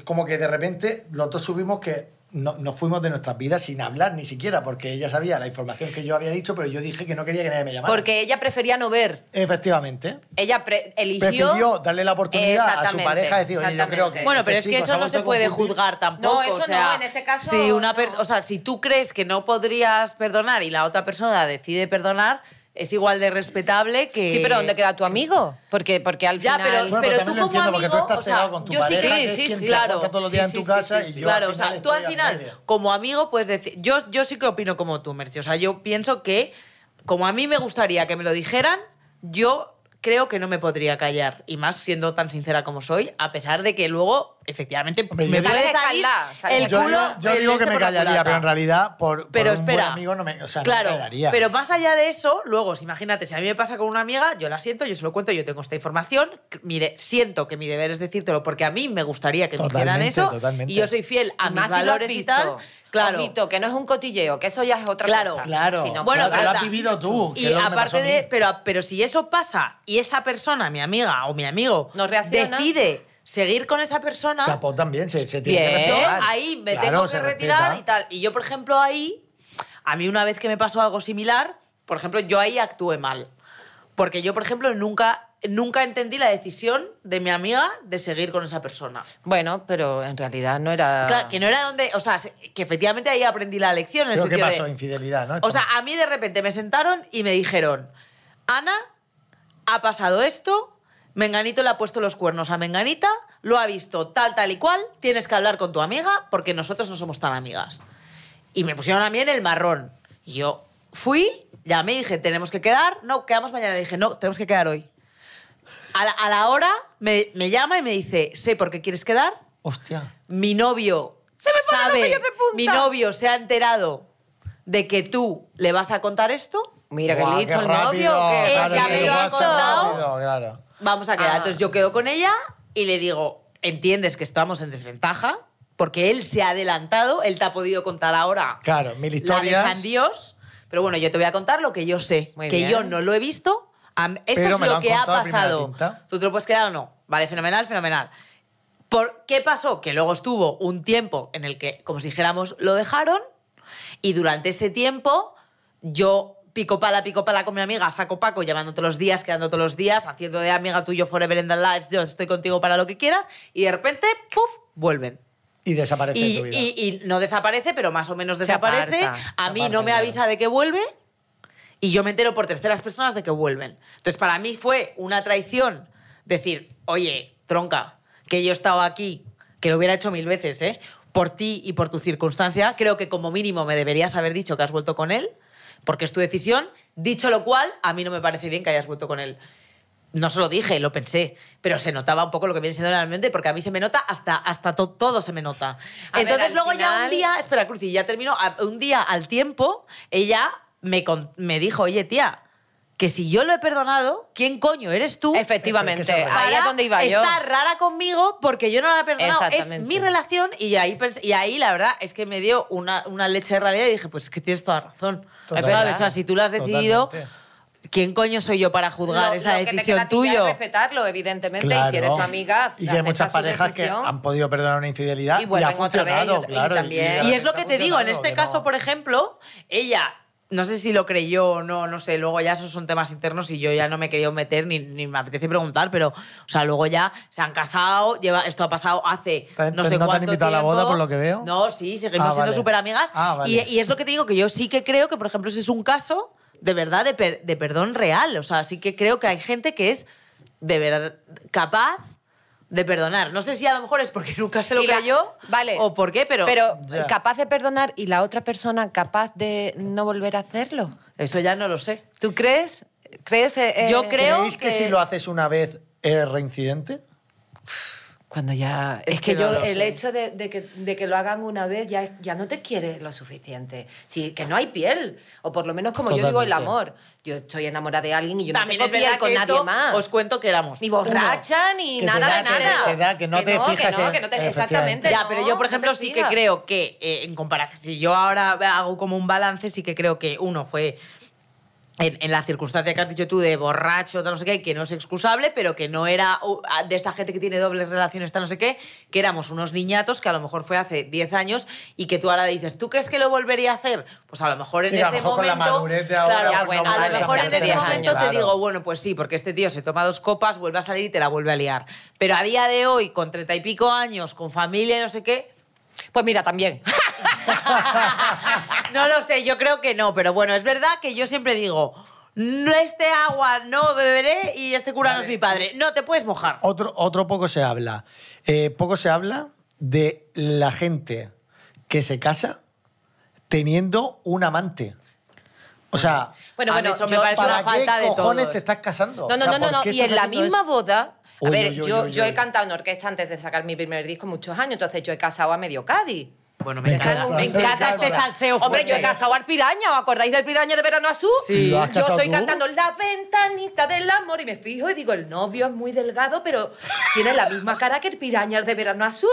como que de repente los dos subimos que no- nos fuimos de nuestras vidas sin hablar ni siquiera, porque ella sabía la información que yo había dicho, pero yo dije que no quería que nadie me llamara.
Porque ella prefería no ver.
Efectivamente.
Ella pre- eligió...
Prefirió darle la oportunidad a su
Exactamente,
pareja decir, oye, yo creo que.
exactamente.
Bueno,
este
pero es que
chico se
eso
ha
no se
vuelto a
puede
confundir.
juzgar tampoco.
No, eso
o
no,
sea,
en este caso,
Si una per-
no.
O sea, si tú crees que no podrías perdonar y la otra persona decide perdonar, es igual de respetable que.
Sí, pero ¿dónde queda tu amigo? Porque, porque al
Ya,
final...
pero,
Bueno, pero
pero, tú
también lo
como
entiendo,
amigo,
porque tú estás
o sea,
cegado con tu
yo sí, que-
pareja, que es
sí,
quien
sí,
te
claro,
aguanta todos los
sí,
días en
sí,
tu
sí,
casa
sí,
y
sí,
yo al
claro, o sea,
final
tú al
estoy
final
al medio.
como amigo puedes decir, yo yo sí que opino como tú, Merche, o sea, yo pienso que como a mí me gustaría que me lo dijeran, yo creo que no me podría callar y más siendo tan sincera como soy, a pesar de que luego efectivamente
Hombre,
me
yo-
puede
Sale
salir
escaldada, sale
el
Yo
escaldada.
culo
digo, yo
el
digo que
este
me
por la
callaría,
culata.
pero en realidad, por, por
Pero
un buen
espera,
amigo no me. O sea, no me
claro,
callaría.
pero más allá de eso, luego, si imagínate, si a mí me pasa con una amiga, yo la siento, yo se lo cuento, yo tengo esta información, mire, siento que mi deber es decírtelo porque a mí me gustaría que me
Totalmente,
hicieran eso
totalmente.
y yo soy fiel a mis
más si lo has
valores y tal,
visto.
claro.
Ojito, que no es un cotilleo, que eso ya es otra
Claro,
cosa.
Claro,
Si no,
Bueno,
claro, que lo
pasa.
has vivido tú. Uh, que
Y
es lo que me pasó
aparte
a mí.
de, pero, pero si eso pasa y esa persona, mi amiga o mi amigo,
No reacciona.
decide seguir con esa persona,
Chapo también se, se tiene
Bien.
que
yo
retirar.
ahí me
Claro,
tengo
se
que retirar
respeta.
y tal. Y yo, por ejemplo, ahí, a mí una vez que me pasó algo similar, por ejemplo, yo ahí actué mal. Porque yo, por ejemplo, nunca, nunca entendí la decisión de mi amiga de seguir con esa persona.
Bueno, pero en realidad no
Ah.
era...
Claro, que no era donde. O sea, se- que efectivamente ahí aprendí la lección. en el
Pero ¿qué
sentido de-
pasó? Infidelidad, ¿no?
o sea, a mí de repente me sentaron y me dijeron, Ana, ha pasado esto, Menganito le ha puesto los cuernos a Menganita, lo ha visto tal, tal y cual, tienes que hablar con tu amiga porque nosotros no somos tan amigas. Y me pusieron a mí en el marrón. Y yo fui, llamé y dije, tenemos que quedar, no, quedamos mañana. Le dije, no, tenemos que quedar hoy. A la, a la hora me, me llama y me dice, sé por qué quieres quedar,
Hostia.
mi novio
ponen los
sabe,
vellos de punta.
mi novio se ha enterado de que tú le vas a contar esto,
Mira,
Guau,
que listo el
rápido,
novio. Que
claro,
ya
que
me lo
lo
ha
has
contado.
rápido, claro.
vamos a quedar.
Ah.
Entonces yo quedo con ella y le digo, entiendes que estamos en desventaja porque él se ha adelantado, él te ha podido contar ahora
Claro,
la
mil
de
historias.
San Dios, pero bueno, yo te voy a contar lo que yo sé,
Muy
que
bien.
yo no lo he visto. Am- Esto
Pero
es
me lo
lo
han
que ha
contado a primera
pasado.
tinta.
¿Tú te lo puedes quedar o no? Vale, fenomenal, fenomenal. ¿Por qué pasó? Que luego estuvo un tiempo en el que, como si dijéramos, lo dejaron y durante ese tiempo yo pico pala, pico pala con mi amiga, saco paco, llamando todos los días, quedando todos los días, haciendo de amiga tuyo forever in the life, yo estoy contigo para lo que quieras y de repente, ¡puf!, vuelven.
Y desaparece de
Y,
tu vida.
y- y no desaparece, pero más o menos
Se
desaparece.
aparta,
a
se
mí
aparta,
no me
claro.
avisa de que vuelve y yo me entero por terceras personas de que vuelven. Entonces, para mí fue una traición decir, oye, tronca, que yo he estado aquí, que lo hubiera hecho mil veces, ¿eh? Por ti y por tu circunstancia, creo que como mínimo me deberías haber dicho que has vuelto con él, porque es tu decisión. Dicho lo cual, a mí no me parece bien que hayas vuelto con él. No se lo dije, lo pensé, pero se notaba un poco lo que viene siendo realmente, porque a mí se me nota hasta, hasta to- todo se me nota.
A ver,
Entonces
al
luego ya un
final-
día, espera, Cruci, ya termino, A- un día al tiempo, ella me, con- me dijo, oye, tía, que si yo lo he perdonado, ¿quién coño eres tú?
Efectivamente,
Pero es que se
ahí
para
es donde iba yo.
estar rara conmigo porque yo no la he perdonado. Es
Exactamente.
mi relación y ahí, pens- y ahí la verdad es que me dio una, una leche de realidad y dije, pues es que tienes toda razón.
Total.
¿Sabes? O sea, si tú lo has decidido,
Totalmente.
¿quién coño soy yo para juzgar
Lo-
esa
lo que te queda
decisión
a ti ya es
tuya?
respetarlo, evidentemente. Y si eres
Claro.
su amiga,
Y que hay
acepta
muchas
su
parejas que
decisión.
han podido perdonar una infidelidad
Y
y, ha
vuelven otra vez y
funcionado,
otra- y
claro.
también-
Y
Claro,
es lo
ha
que te digo, en
funcionado,
este
que
caso,
no-
por ejemplo, ella, no sé si lo creyó o no, no sé, luego ya esos son temas internos y yo ya no me he querido meter ni, ni me apetece preguntar, pero, o sea, luego ya se han casado, lleva, esto ha pasado hace
Te-
no
te-
sé
no te han
cuánto
invitado a la
tiempo.
boda, por lo que veo.
No, sí, seguimos
Ah,
siendo
vale.
súper amigas.
Ah, vale.
y, y es lo que te digo, que yo sí que creo que, por ejemplo, ese es un caso de verdad de, per- de perdón real, o sea, sí que creo que hay gente que es de verdad capaz de perdonar. No sé si a lo mejor es porque nunca se lo
Y la-
creyó
vale.
o por qué,
Pero
Ya.
capaz de perdonar y la otra persona capaz de no volver a hacerlo.
Eso ya no lo sé.
¿Tú crees? ¿Crees? eh,
Yo
eh,
creo
¿Creéis que,
que-
si lo haces una vez es reincidente?
Cuando ya... Es,
Es
que,
que
yo,
no lo
el
sé.
hecho de, de que, de que lo hagan una vez ya, ya no te quiere lo suficiente. Sí, que no hay piel. O por lo menos como yo digo, el
Totalmente.
amor. Yo estoy enamorada de alguien y yo
También
no
es
tengo piel
verdad
con
que
nadie
esto,
más.
os cuento que éramos
Ni borracha, ni
Que te
nada
da-
de
que te-
nada.
te da- que no te fijas
Que no,
en-
que no te,
efectivamente.
exactamente.
Ya,
no,
pero yo, por
no te
ejemplo, sí que
fijas.
creo que, eh, en comparación, si yo ahora hago como un balance, sí que creo que uno fue en, en la circunstancia que has dicho tú de borracho, tal, no sé qué, que no es excusable, pero que no era uh, de esta gente que tiene dobles relaciones, tal, no sé qué, que éramos unos niñatos que a lo mejor fue hace 10 años y que tú ahora dices, ¿tú crees que lo volvería a hacer? Pues a lo mejor en
Sí, que
ese
a lo mejor con
momento.
la madurez de ahora,
Claro,
pues
ya, bueno,
no
a lo
vuelves a
mejor en
hacer
ese
diez
momento
años.
te
Claro.
digo, digo, bueno, pues sí, porque este tío se toma dos copas, vuelve a salir y te la vuelve a liar. Pero a día de hoy, con treinta y pico años, con familia y no sé qué, pues mira, también. no lo sé, yo creo que no, pero bueno, es verdad que yo siempre digo, no este agua no beberé y este cura no es mi padre. No te puedes mojar.
Otro, otro poco se habla. Eh, poco se habla de la gente que se casa teniendo un amante. O sea,
Bueno,
A mí
bueno,
eso me
yo-
parece
¿para
una falta
qué
de
cojones
todos.
te estás casando?
No,
O
no,
sea,
no, no,
¿por
no.
qué
Y
estás
en la
haciendo
misma
eso?
boda. A
Uy,
ver,
uy, uy,
yo,
uy,
yo he
uy.
cantado en orquesta antes de sacar mi primer disco muchos años, entonces yo he casado a medio Cádiz.
Bueno,
Me
me encanta,
encanta,
me encanta
me
este
encanta.
salseo.
Hombre,
fuerte.
yo he casado al Piraña, ¿os acordáis del Piraña de Verano Azul?
Sí.
¿Lo has
Yo
casado
estoy
tú?
cantando La ventanita del amor y me fijo y digo, el novio es muy delgado, pero tiene la misma cara que el Piraña de Verano Azul.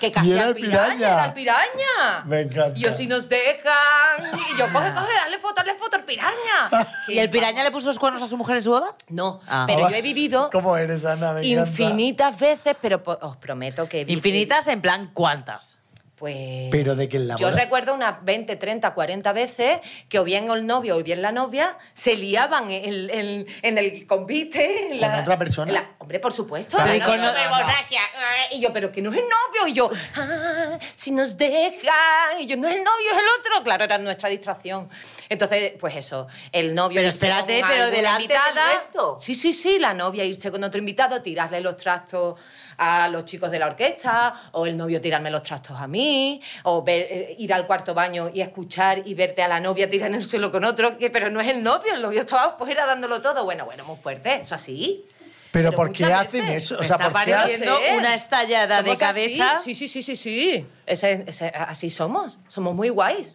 Que
Y
casé
era
al
el
Piraña,
Piraña.
era el Piraña.
Me encanta.
Y yo, si nos dejan... Y yo, coge, coge, dale foto, dale foto al Piraña.
¿Y el piraña le puso los cuernos a su mujer en su boda?
No,
Ah.
pero yo he vivido...
¿Cómo eres, Ana? Me encanta.
Infinitas veces, pero po- os prometo que... he vivido-
Infinitas en plan, ¿cuántas?
Pues...
Pero de que en la
Yo
boda-
recuerdo unas 20, 30, 40 veces que o bien el novio o bien la novia se liaban en, en- en el convite. en
¿Con otra persona?
en la- hombre, por supuesto.
Pero
la
y con
novia
otra-
me borracha, ah, Y yo, pero que no es el novio. Y yo, ah, si nos dejan. Y yo, no es el novio, es el otro. Claro, era nuestra distracción. Entonces, pues eso, el novio...
Pero
irse con
espérate, pero
alguna
delante del resto.
Sí, sí, sí, la novia irse con otro invitado, tirarle los trastos a los chicos de la orquesta, o el novio tirarme los trastos a mí, o ver- eh, ir al cuarto baño y escuchar y verte a la novia tirar en el suelo con otro, que, pero no es el novio, el novio estaba afuera dándolo todo. Bueno, bueno, muy fuerte, eso así.
Pero,
pero
¿por qué
muchas
hacen
veces
eso? O
Me
sea,
está
¿por qué
No
hacen-
pareciendo- Haciendo
sé.
una estallada de
Somos así,
cabeza.
Sí, sí, sí, sí, sí. Ese- ese- así somos, somos muy guays.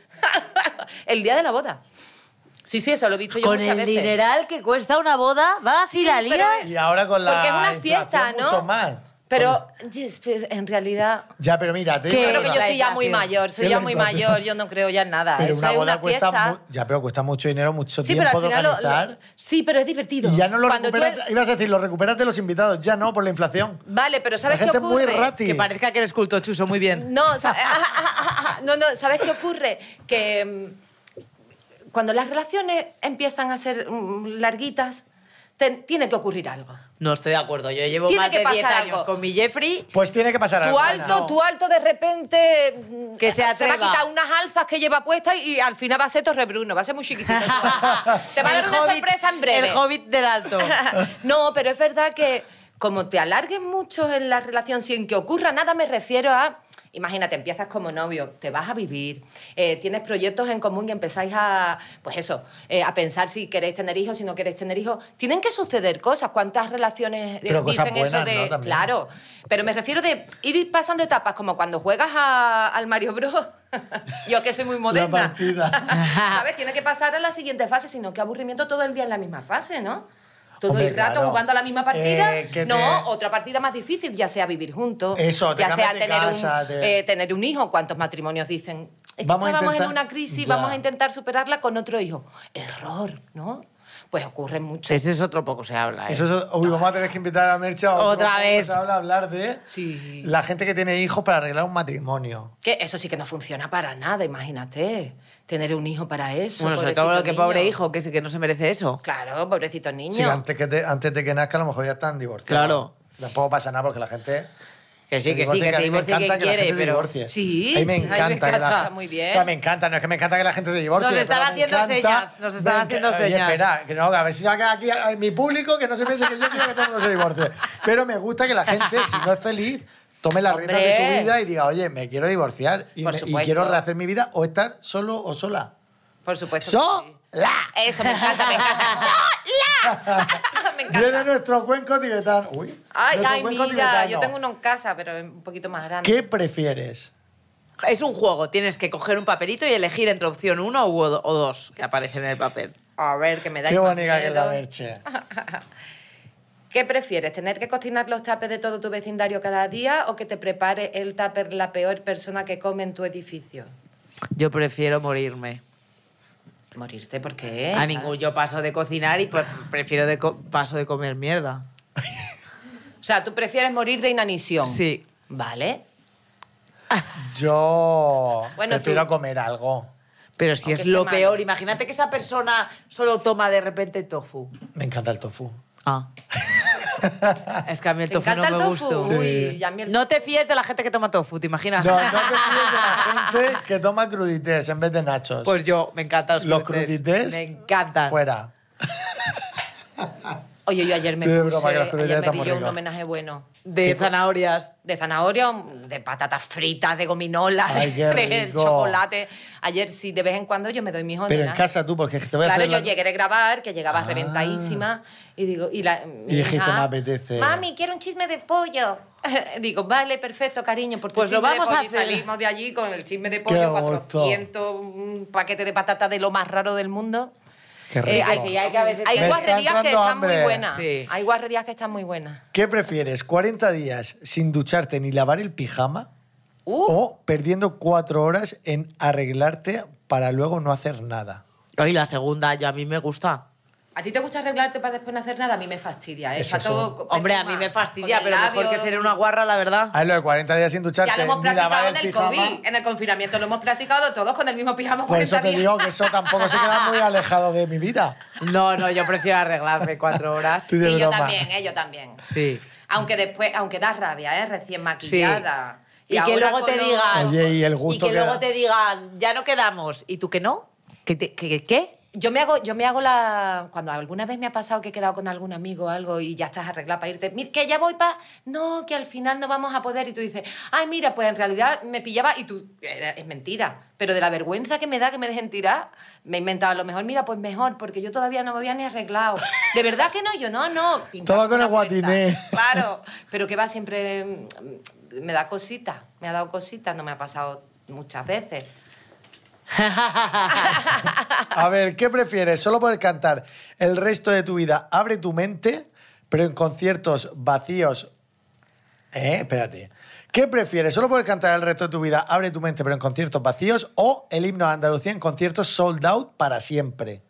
el día de la boda. Sí, sí, eso lo he visto yo
Con
muchas
el
veces.
dineral que cuesta una boda, vas y la
Sí, pero
lías.
es-
Y ahora con la
Porque es una
inflación
fiesta, ¿no?
mucho más.
Pero yes, pues, en realidad
Ya, pero mira, te digo
Yo
¿Qué?
una
creo que
cosa.
yo soy ya
Inflación.
muy mayor, soy
Qué
ya muy
vergüenza.
mayor, yo no creo ya en nada.
Pero
Eso
una
es
boda
una
cuesta...
fiesta.
mu- Ya, pero cuesta mucho dinero, mucho
sí, pero
tiempo
al
de
final lo-
organizar.
lo- sí, pero es divertido.
Y ya no lo
Cuando tú-
recuperas. Ibas a decir, lo recuperas de los invitados, ya no, por la inflación.
Vale, pero
La
¿sabes
gente
qué
es muy
ocurre?
rati.
Que parezca que eres culto, Chuso, muy bien.
No, o sea, ah, no, no, ¿sabes qué ocurre? Que mm, cuando las relaciones empiezan a ser mm, larguitas, te- tiene que ocurrir algo.
No estoy de acuerdo. Yo llevo
Tiene
más
que
de 10
pasar
años
algo.
con mi Jeffrey.
Pues tiene que pasar
Tu
algo.
alto,
Ana.
tu alto de repente mm,
Que se
va
atreva.
a quitar unas alzas que lleva puestas y al final va a ser Torre Bruno, va a ser muy chiquitito. te va a dar
El
una
hobbit-
sorpresa en breve.
El hobbit del alto.
no, pero es verdad que como te alargues mucho en la relación sin que ocurra nada, me refiero a... Imagínate, empiezas como novio, te vas a vivir, eh, tienes proyectos en común y empezáis a, pues eso, eh, a pensar si queréis tener hijos, si no queréis tener hijos. Tienen que suceder cosas. ¿Cuántas relaciones eh,
Pero cosas
dicen eso
buenas,
de,
¿no? También.
claro? Pero me refiero de ir pasando etapas, como cuando juegas a- al Mario Bros. Yo que soy muy moderna.
partida.
¿Sabes? Tiene que pasar a la siguiente fase, sino que aburrimiento todo el día en la misma fase, ¿no? Todo
Hombre,
el rato
claro.
jugando a la misma partida.
Eh, que
no,
te-
otra partida más difícil, ya sea vivir juntos,
Eso, te
ya sea
cambias de
tener,
casa,
un,
te-
eh, tener un hijo. ¿Cuántos matrimonios dicen? Es que
Vamos a
estábamos en
intentar-
una crisis,
Ya.
vamos a intentar superarla con otro hijo. Error, ¿no? Pues ocurre mucho.
Ese es otro poco se habla. ¿eh?
Eso es, uy, vamos a tener que invitar a Mercha a otro
Otra
podcast
vez.
a hablar, hablar de
Sí.
la gente que tiene hijos para arreglar un matrimonio.
Que eso sí que no funciona para nada, imagínate. Tener un hijo para eso.
Bueno, sobre todo
pobrecito
lo que pobre
niño.
hijo, que, se- que no se merece eso.
Claro, pobrecito niño.
Sí, antes, que te- antes de que nazca, a lo mejor ya están divorciados.
Claro.
Tampoco pasa nada porque la gente.
Que sí,
se
que sí,
divorcia,
que se
a mí me
divorcie quien
encanta que la
quiere,
gente se
pero...
divorcie.
Sí,
A mí me
sí, a mí me
encanta. que la-
encanta, muy bien.
O sea, me encanta. No es que me encanta que la gente se divorcie.
Nos
pero
están
me
haciendo
encanta-
señas, nos están
me enca-
haciendo
Oye,
señas.
Espera, que no, a ver si se va a quedar aquí a- a mi público que no se piense que yo quiero que todo el mundo se divorcie. Pero me gusta que la gente, si no es feliz, tome la rienda de
Hombre.
su vida y diga, oye, me quiero divorciar y,
Por
me- y
supuesto.
quiero rehacer mi vida o estar solo o sola.
Por supuesto. que sí.
¡Sola!
Eso, me encanta, me encanta. ¡Sola! me encanta.
Viene nuestro cuenco tibetano. Uy,
Ay,
nuestro
ay,
cuenco
mira, yo
tibetano.
tengo uno en casa, pero es un poquito más grande.
¿Qué prefieres?
Es un juego, tienes que coger un papelito y elegir entre opción uno u- o dos que aparecen en el papel.
A ver, que me da
Qué
igual
bonita que es la
miedo.
merche.
¿Qué prefieres, tener que cocinar los tapes de todo tu vecindario cada día o que te prepare el tupper la peor persona que come en tu edificio?
Yo prefiero morirme.
Morirte, ¿por qué?
A ningún yo paso de cocinar y pues, prefiero de co- paso de comer mierda.
O sea, tú prefieres morir de inanición.
Sí.
Vale.
Yo
Bueno,
prefiero
tú-
comer algo.
Pero si es
Aunque
lo
esté
peor,
malo.
imagínate que esa persona solo toma de repente tofu.
Me encanta el tofu.
Ah. es que a mí el
¿Te
tofu no
encanta
me
el tofu?
gusta.
Uy, y a mí el
No te fíes de la gente que toma tofu, ¿te imaginas?
No, no te fíes de la gente que toma crudités en vez de nachos.
Pues yo, me encantan los,
Los crudités,
Me encantan.
Fuera.
Oye, yo ayer me
Estoy de
puse,
broma, que las cruderías
ayer me
están
di
muy
yo un
ricas.
homenaje bueno.
De zanahorias.
De zanahoria, de patatas fritas, de gominolas,
Ay, qué
de
rico.
chocolate. Ayer sí, de vez en cuando yo me doy mis
Pero en
homenajes.
casa tú, porque te voy a
Claro,
hacer
yo
la- Ah.
llegué de grabar, que llegabas reventadísima, y digo, y la. mi
Y dijiste,
hija,
"Me apetece".
Mami, quiero un chisme de pollo. digo, vale, perfecto, cariño, porque
Pues lo vamos a hacer.
salimos de allí con el chisme de
Qué
pollo,
gusto.
400, un paquete de patata de lo más raro del mundo.
Qué rico.
Eh, hay, sí, hay que a veces- hay
Me está
guarrerías que
entrando
están
hambre.
muy buenas.
Sí.
Hay guarrerías que están muy buenas.
¿Qué prefieres? ¿40 días sin ducharte ni lavar el pijama?
Uh,
¿O perdiendo cuatro horas en arreglarte para luego no hacer nada?
Ay, la segunda, yo a mí me gusta.
¿A ti te gusta arreglarte para después no hacer nada? A mí me fastidia, ¿eh?
Eso
Está todo
sí.
co-
Hombre, a
encima,
mí me fastidia,
con el
pero mejor
labio.
que ser una guarra, la verdad.
A Ah, lo de 40 días sin ducharte
Ya lo hemos
ni lavar
practicado
el
en el
pijama.
COVID, en el confinamiento lo hemos practicado todos con el mismo pijama.
Por eso
40
te
días.
digo que eso tampoco se queda muy alejado de mi vida.
No, no, yo prefiero arreglarme cuatro horas.
Estoy de
sí, yo
broma.
también, ¿eh? Yo también.
Sí.
Aunque después, aunque da rabia, ¿eh? Recién maquillada.
Y, que
ahora
luego
con
te
lo-
digan.
Oye, y el gusto
que
que
luego
da.
te digan, ya no quedamos. ¿Y tú que no? ¿Qué? te- que- que- qué?
Yo me hago, yo me hago la. Cuando alguna vez me ha pasado que he quedado con algún amigo o algo y ya estás arreglada para irte. Mira, que ya voy para. No, que al final no vamos a poder. Y tú dices, ay, mira, pues en realidad me pillaba. Y tú. era- Es mentira. Pero de la vergüenza que me da que me dejen tirar, me he inventado a lo mejor, mira, pues mejor, porque yo todavía no me había ni arreglado. De verdad que no, yo no, no. Pinta
Estaba con el
una puerta.
guatiné.
Claro. Pero que va siempre. mm, Me da cosita. Me ha dado cosita. No me ha pasado muchas veces.
A ver, ¿qué prefieres? ¿Solo poder cantar el resto de tu vida Abre tu mente, pero en conciertos vacíos? Eh, espérate. ¿Qué prefieres? ¿Solo poder cantar el resto de tu vida Abre tu mente, pero en conciertos vacíos? ¿O el himno de Andalucía en conciertos sold out para siempre?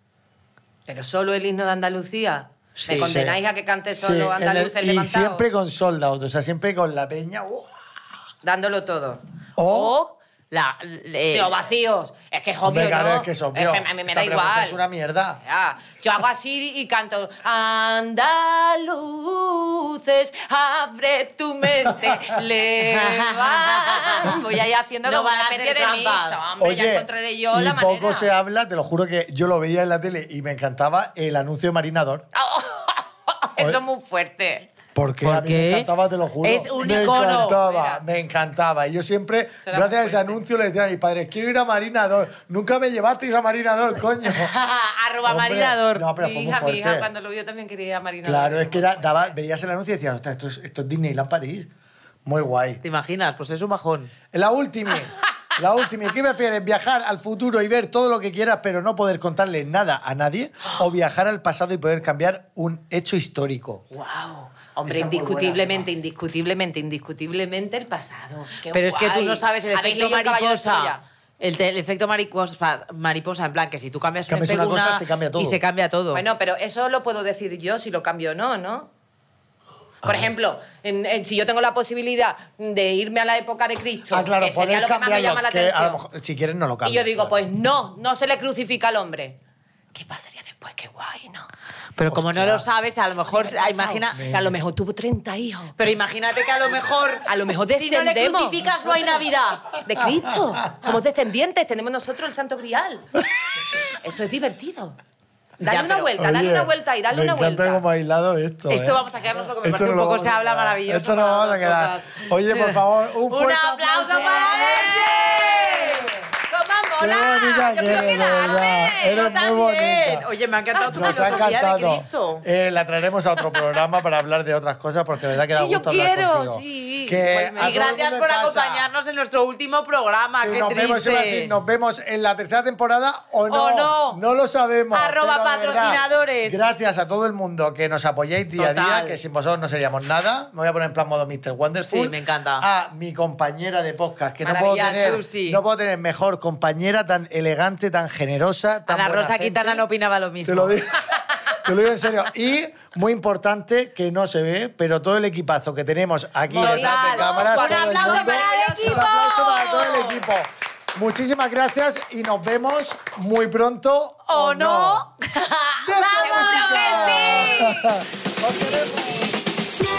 Pero solo el himno de Andalucía.
Sí.
Me condenáis a que cante solo
Sí, en el-
Andaluces
Y
levantados, Oh,
siempre con sold out, o sea, siempre con la peña. ¡uh!
dándolo todo.
O,
O la. le-
Sí, o vacíos. Es que es obvio,
Eh. hombre, claro,
¿no?
es que es obvio.
a mí me
Esta
da
pregunta
igual.
Es una mierda.
Ya. Yo hago así y canto Andaluces, abre tu mente, levan. Voy ahí haciendo
No
como
van
una
a hacer
especie de mix.
trampas.
Hombre, ya
Oye,
encontraré yo
y
la
poco
manera.
se habla, te lo juro que yo lo veía en la tele y me encantaba el anuncio de Marinador.
Eso es muy fuerte.
Porque
¿Por
a mí me
qué?
encantaba, te lo juro.
Es un
me
icono.
Encantaba,
Mira.
Me encantaba. Y yo siempre,
Será
gracias a
muy
ese anuncio, le decía a mis padres, quiero ir a Marinador. Nunca me llevasteis a Marinador, coño.
Arroba
Hombre,
marinador.
No, pero
mi
fue muy
hija, mi hija
fuerte.
cuando lo vio también quería marinar.
Claro, es que era, daba- veías el anuncio y decías, ostras, esto es, esto es Disneyland París. Muy guay.
¿Te imaginas? Pues es un bajón.
La última. La última. ¿Qué prefieres? ¿Viajar al futuro y ver todo lo que quieras, pero no poder contarle nada a nadie? ¿O viajar al pasado y poder cambiar un hecho histórico?
Wow. Hombre,
Está muy
indiscutiblemente, indiscutiblemente, indiscutiblemente el pasado. Qué
Pero es que tú
guay.
no sabes el
¿Habéis
efecto
leído caballo de
mariposa.
Troya?
El, te- el efecto mariposa, mariposa, en plan, que si tú cambias,
Cambias una
una,
cosa,
peguna
se cambia todo.
Y se cambia todo.
Bueno, pero eso lo puedo decir yo si lo cambio o no, ¿no? Por ejemplo, en- en- si yo tengo la posibilidad de irme a la época de Cristo,
Ah, claro,
que sería
poder
lo que más me
cambiarlo.
llama la
que
atención.
a lo mejor, si quieres, no lo cambias.
y yo digo,
claro.
pues no, no se le crucifica al hombre. ¿Qué pasaría después? Qué guay, ¿no?
pero como no
Hostia.
lo sabes, a lo mejor, ah, imagina,
Que a lo mejor tuvo 30 hijos.
Pero imagínate que a lo mejor.
A lo mejor
Si no le
descendemos
crucificas, no hay Navidad.
De Cristo. Somos descendientes, tenemos nosotros el santo grial. Eso es divertido. Dale
Ya,
una
pero-
vuelta, dale
Oye,
una vuelta y dale
me
una
encanta
vuelta.
cómo aislado esto.
Esto
¿eh?
vamos a quedarnos lo que me
Esto
parece
no
un
lo
poco
vamos
se
a
habla
quedar.
maravilloso.
Esto no
para
vamos a quedar.
nosotras.
Oye, por favor, un fuerte
aplauso
aplauso.
para Merche.
¡Cómo
Qué bonita
Ah,
mola! Yo quiero
que eres, de verdad.
quedarme.
Eres
Yo
muy
también.
bonita.
Oye, me ha encantado tu
Nos ha
filosofía de
encantado.
Cristo.
Eh, la traeremos a otro programa para hablar de otras cosas porque de verdad que da
Sí, yo
gusto hablar
quiero,
contigo.
sí.
Que
Pues me-
a todo
Y
el
gracias
mundo en
por
casa.
acompañarnos en nuestro último programa.
Que
Qué
nos, vemos, iba a
triste.
decir, nos vemos en la tercera temporada o no.
O no.
lo sabemos.
Arroba
pero de verdad,
patrocinadores.
gracias a todo el mundo que nos apoyáis día a día,
Total.
que sin vosotros no seríamos nada. Me voy a poner en plan modo Mr. Wonderful.
Sí, me encanta.
A mi compañera de podcast, que no puedo,
Maravilla,
tener,
Susi.
no puedo tener mejor compañera tan elegante elegante, tan generosa, tan
Ana
buena
Rosa
gente.
Quintana no opinaba lo
Te
mismo.
lo, digo, te lo digo en serio. Y muy importante, que no se ve, pero todo el equipazo que tenemos aquí
Total.
detrás de cámara.
Un
todo el
aplauso
mundo.
para el equipo.
Un aplauso para todo el equipo. Muchísimas gracias y nos vemos muy pronto.
¿O no?
¡Desde
¡Vamos,
música! ¡Os queremos!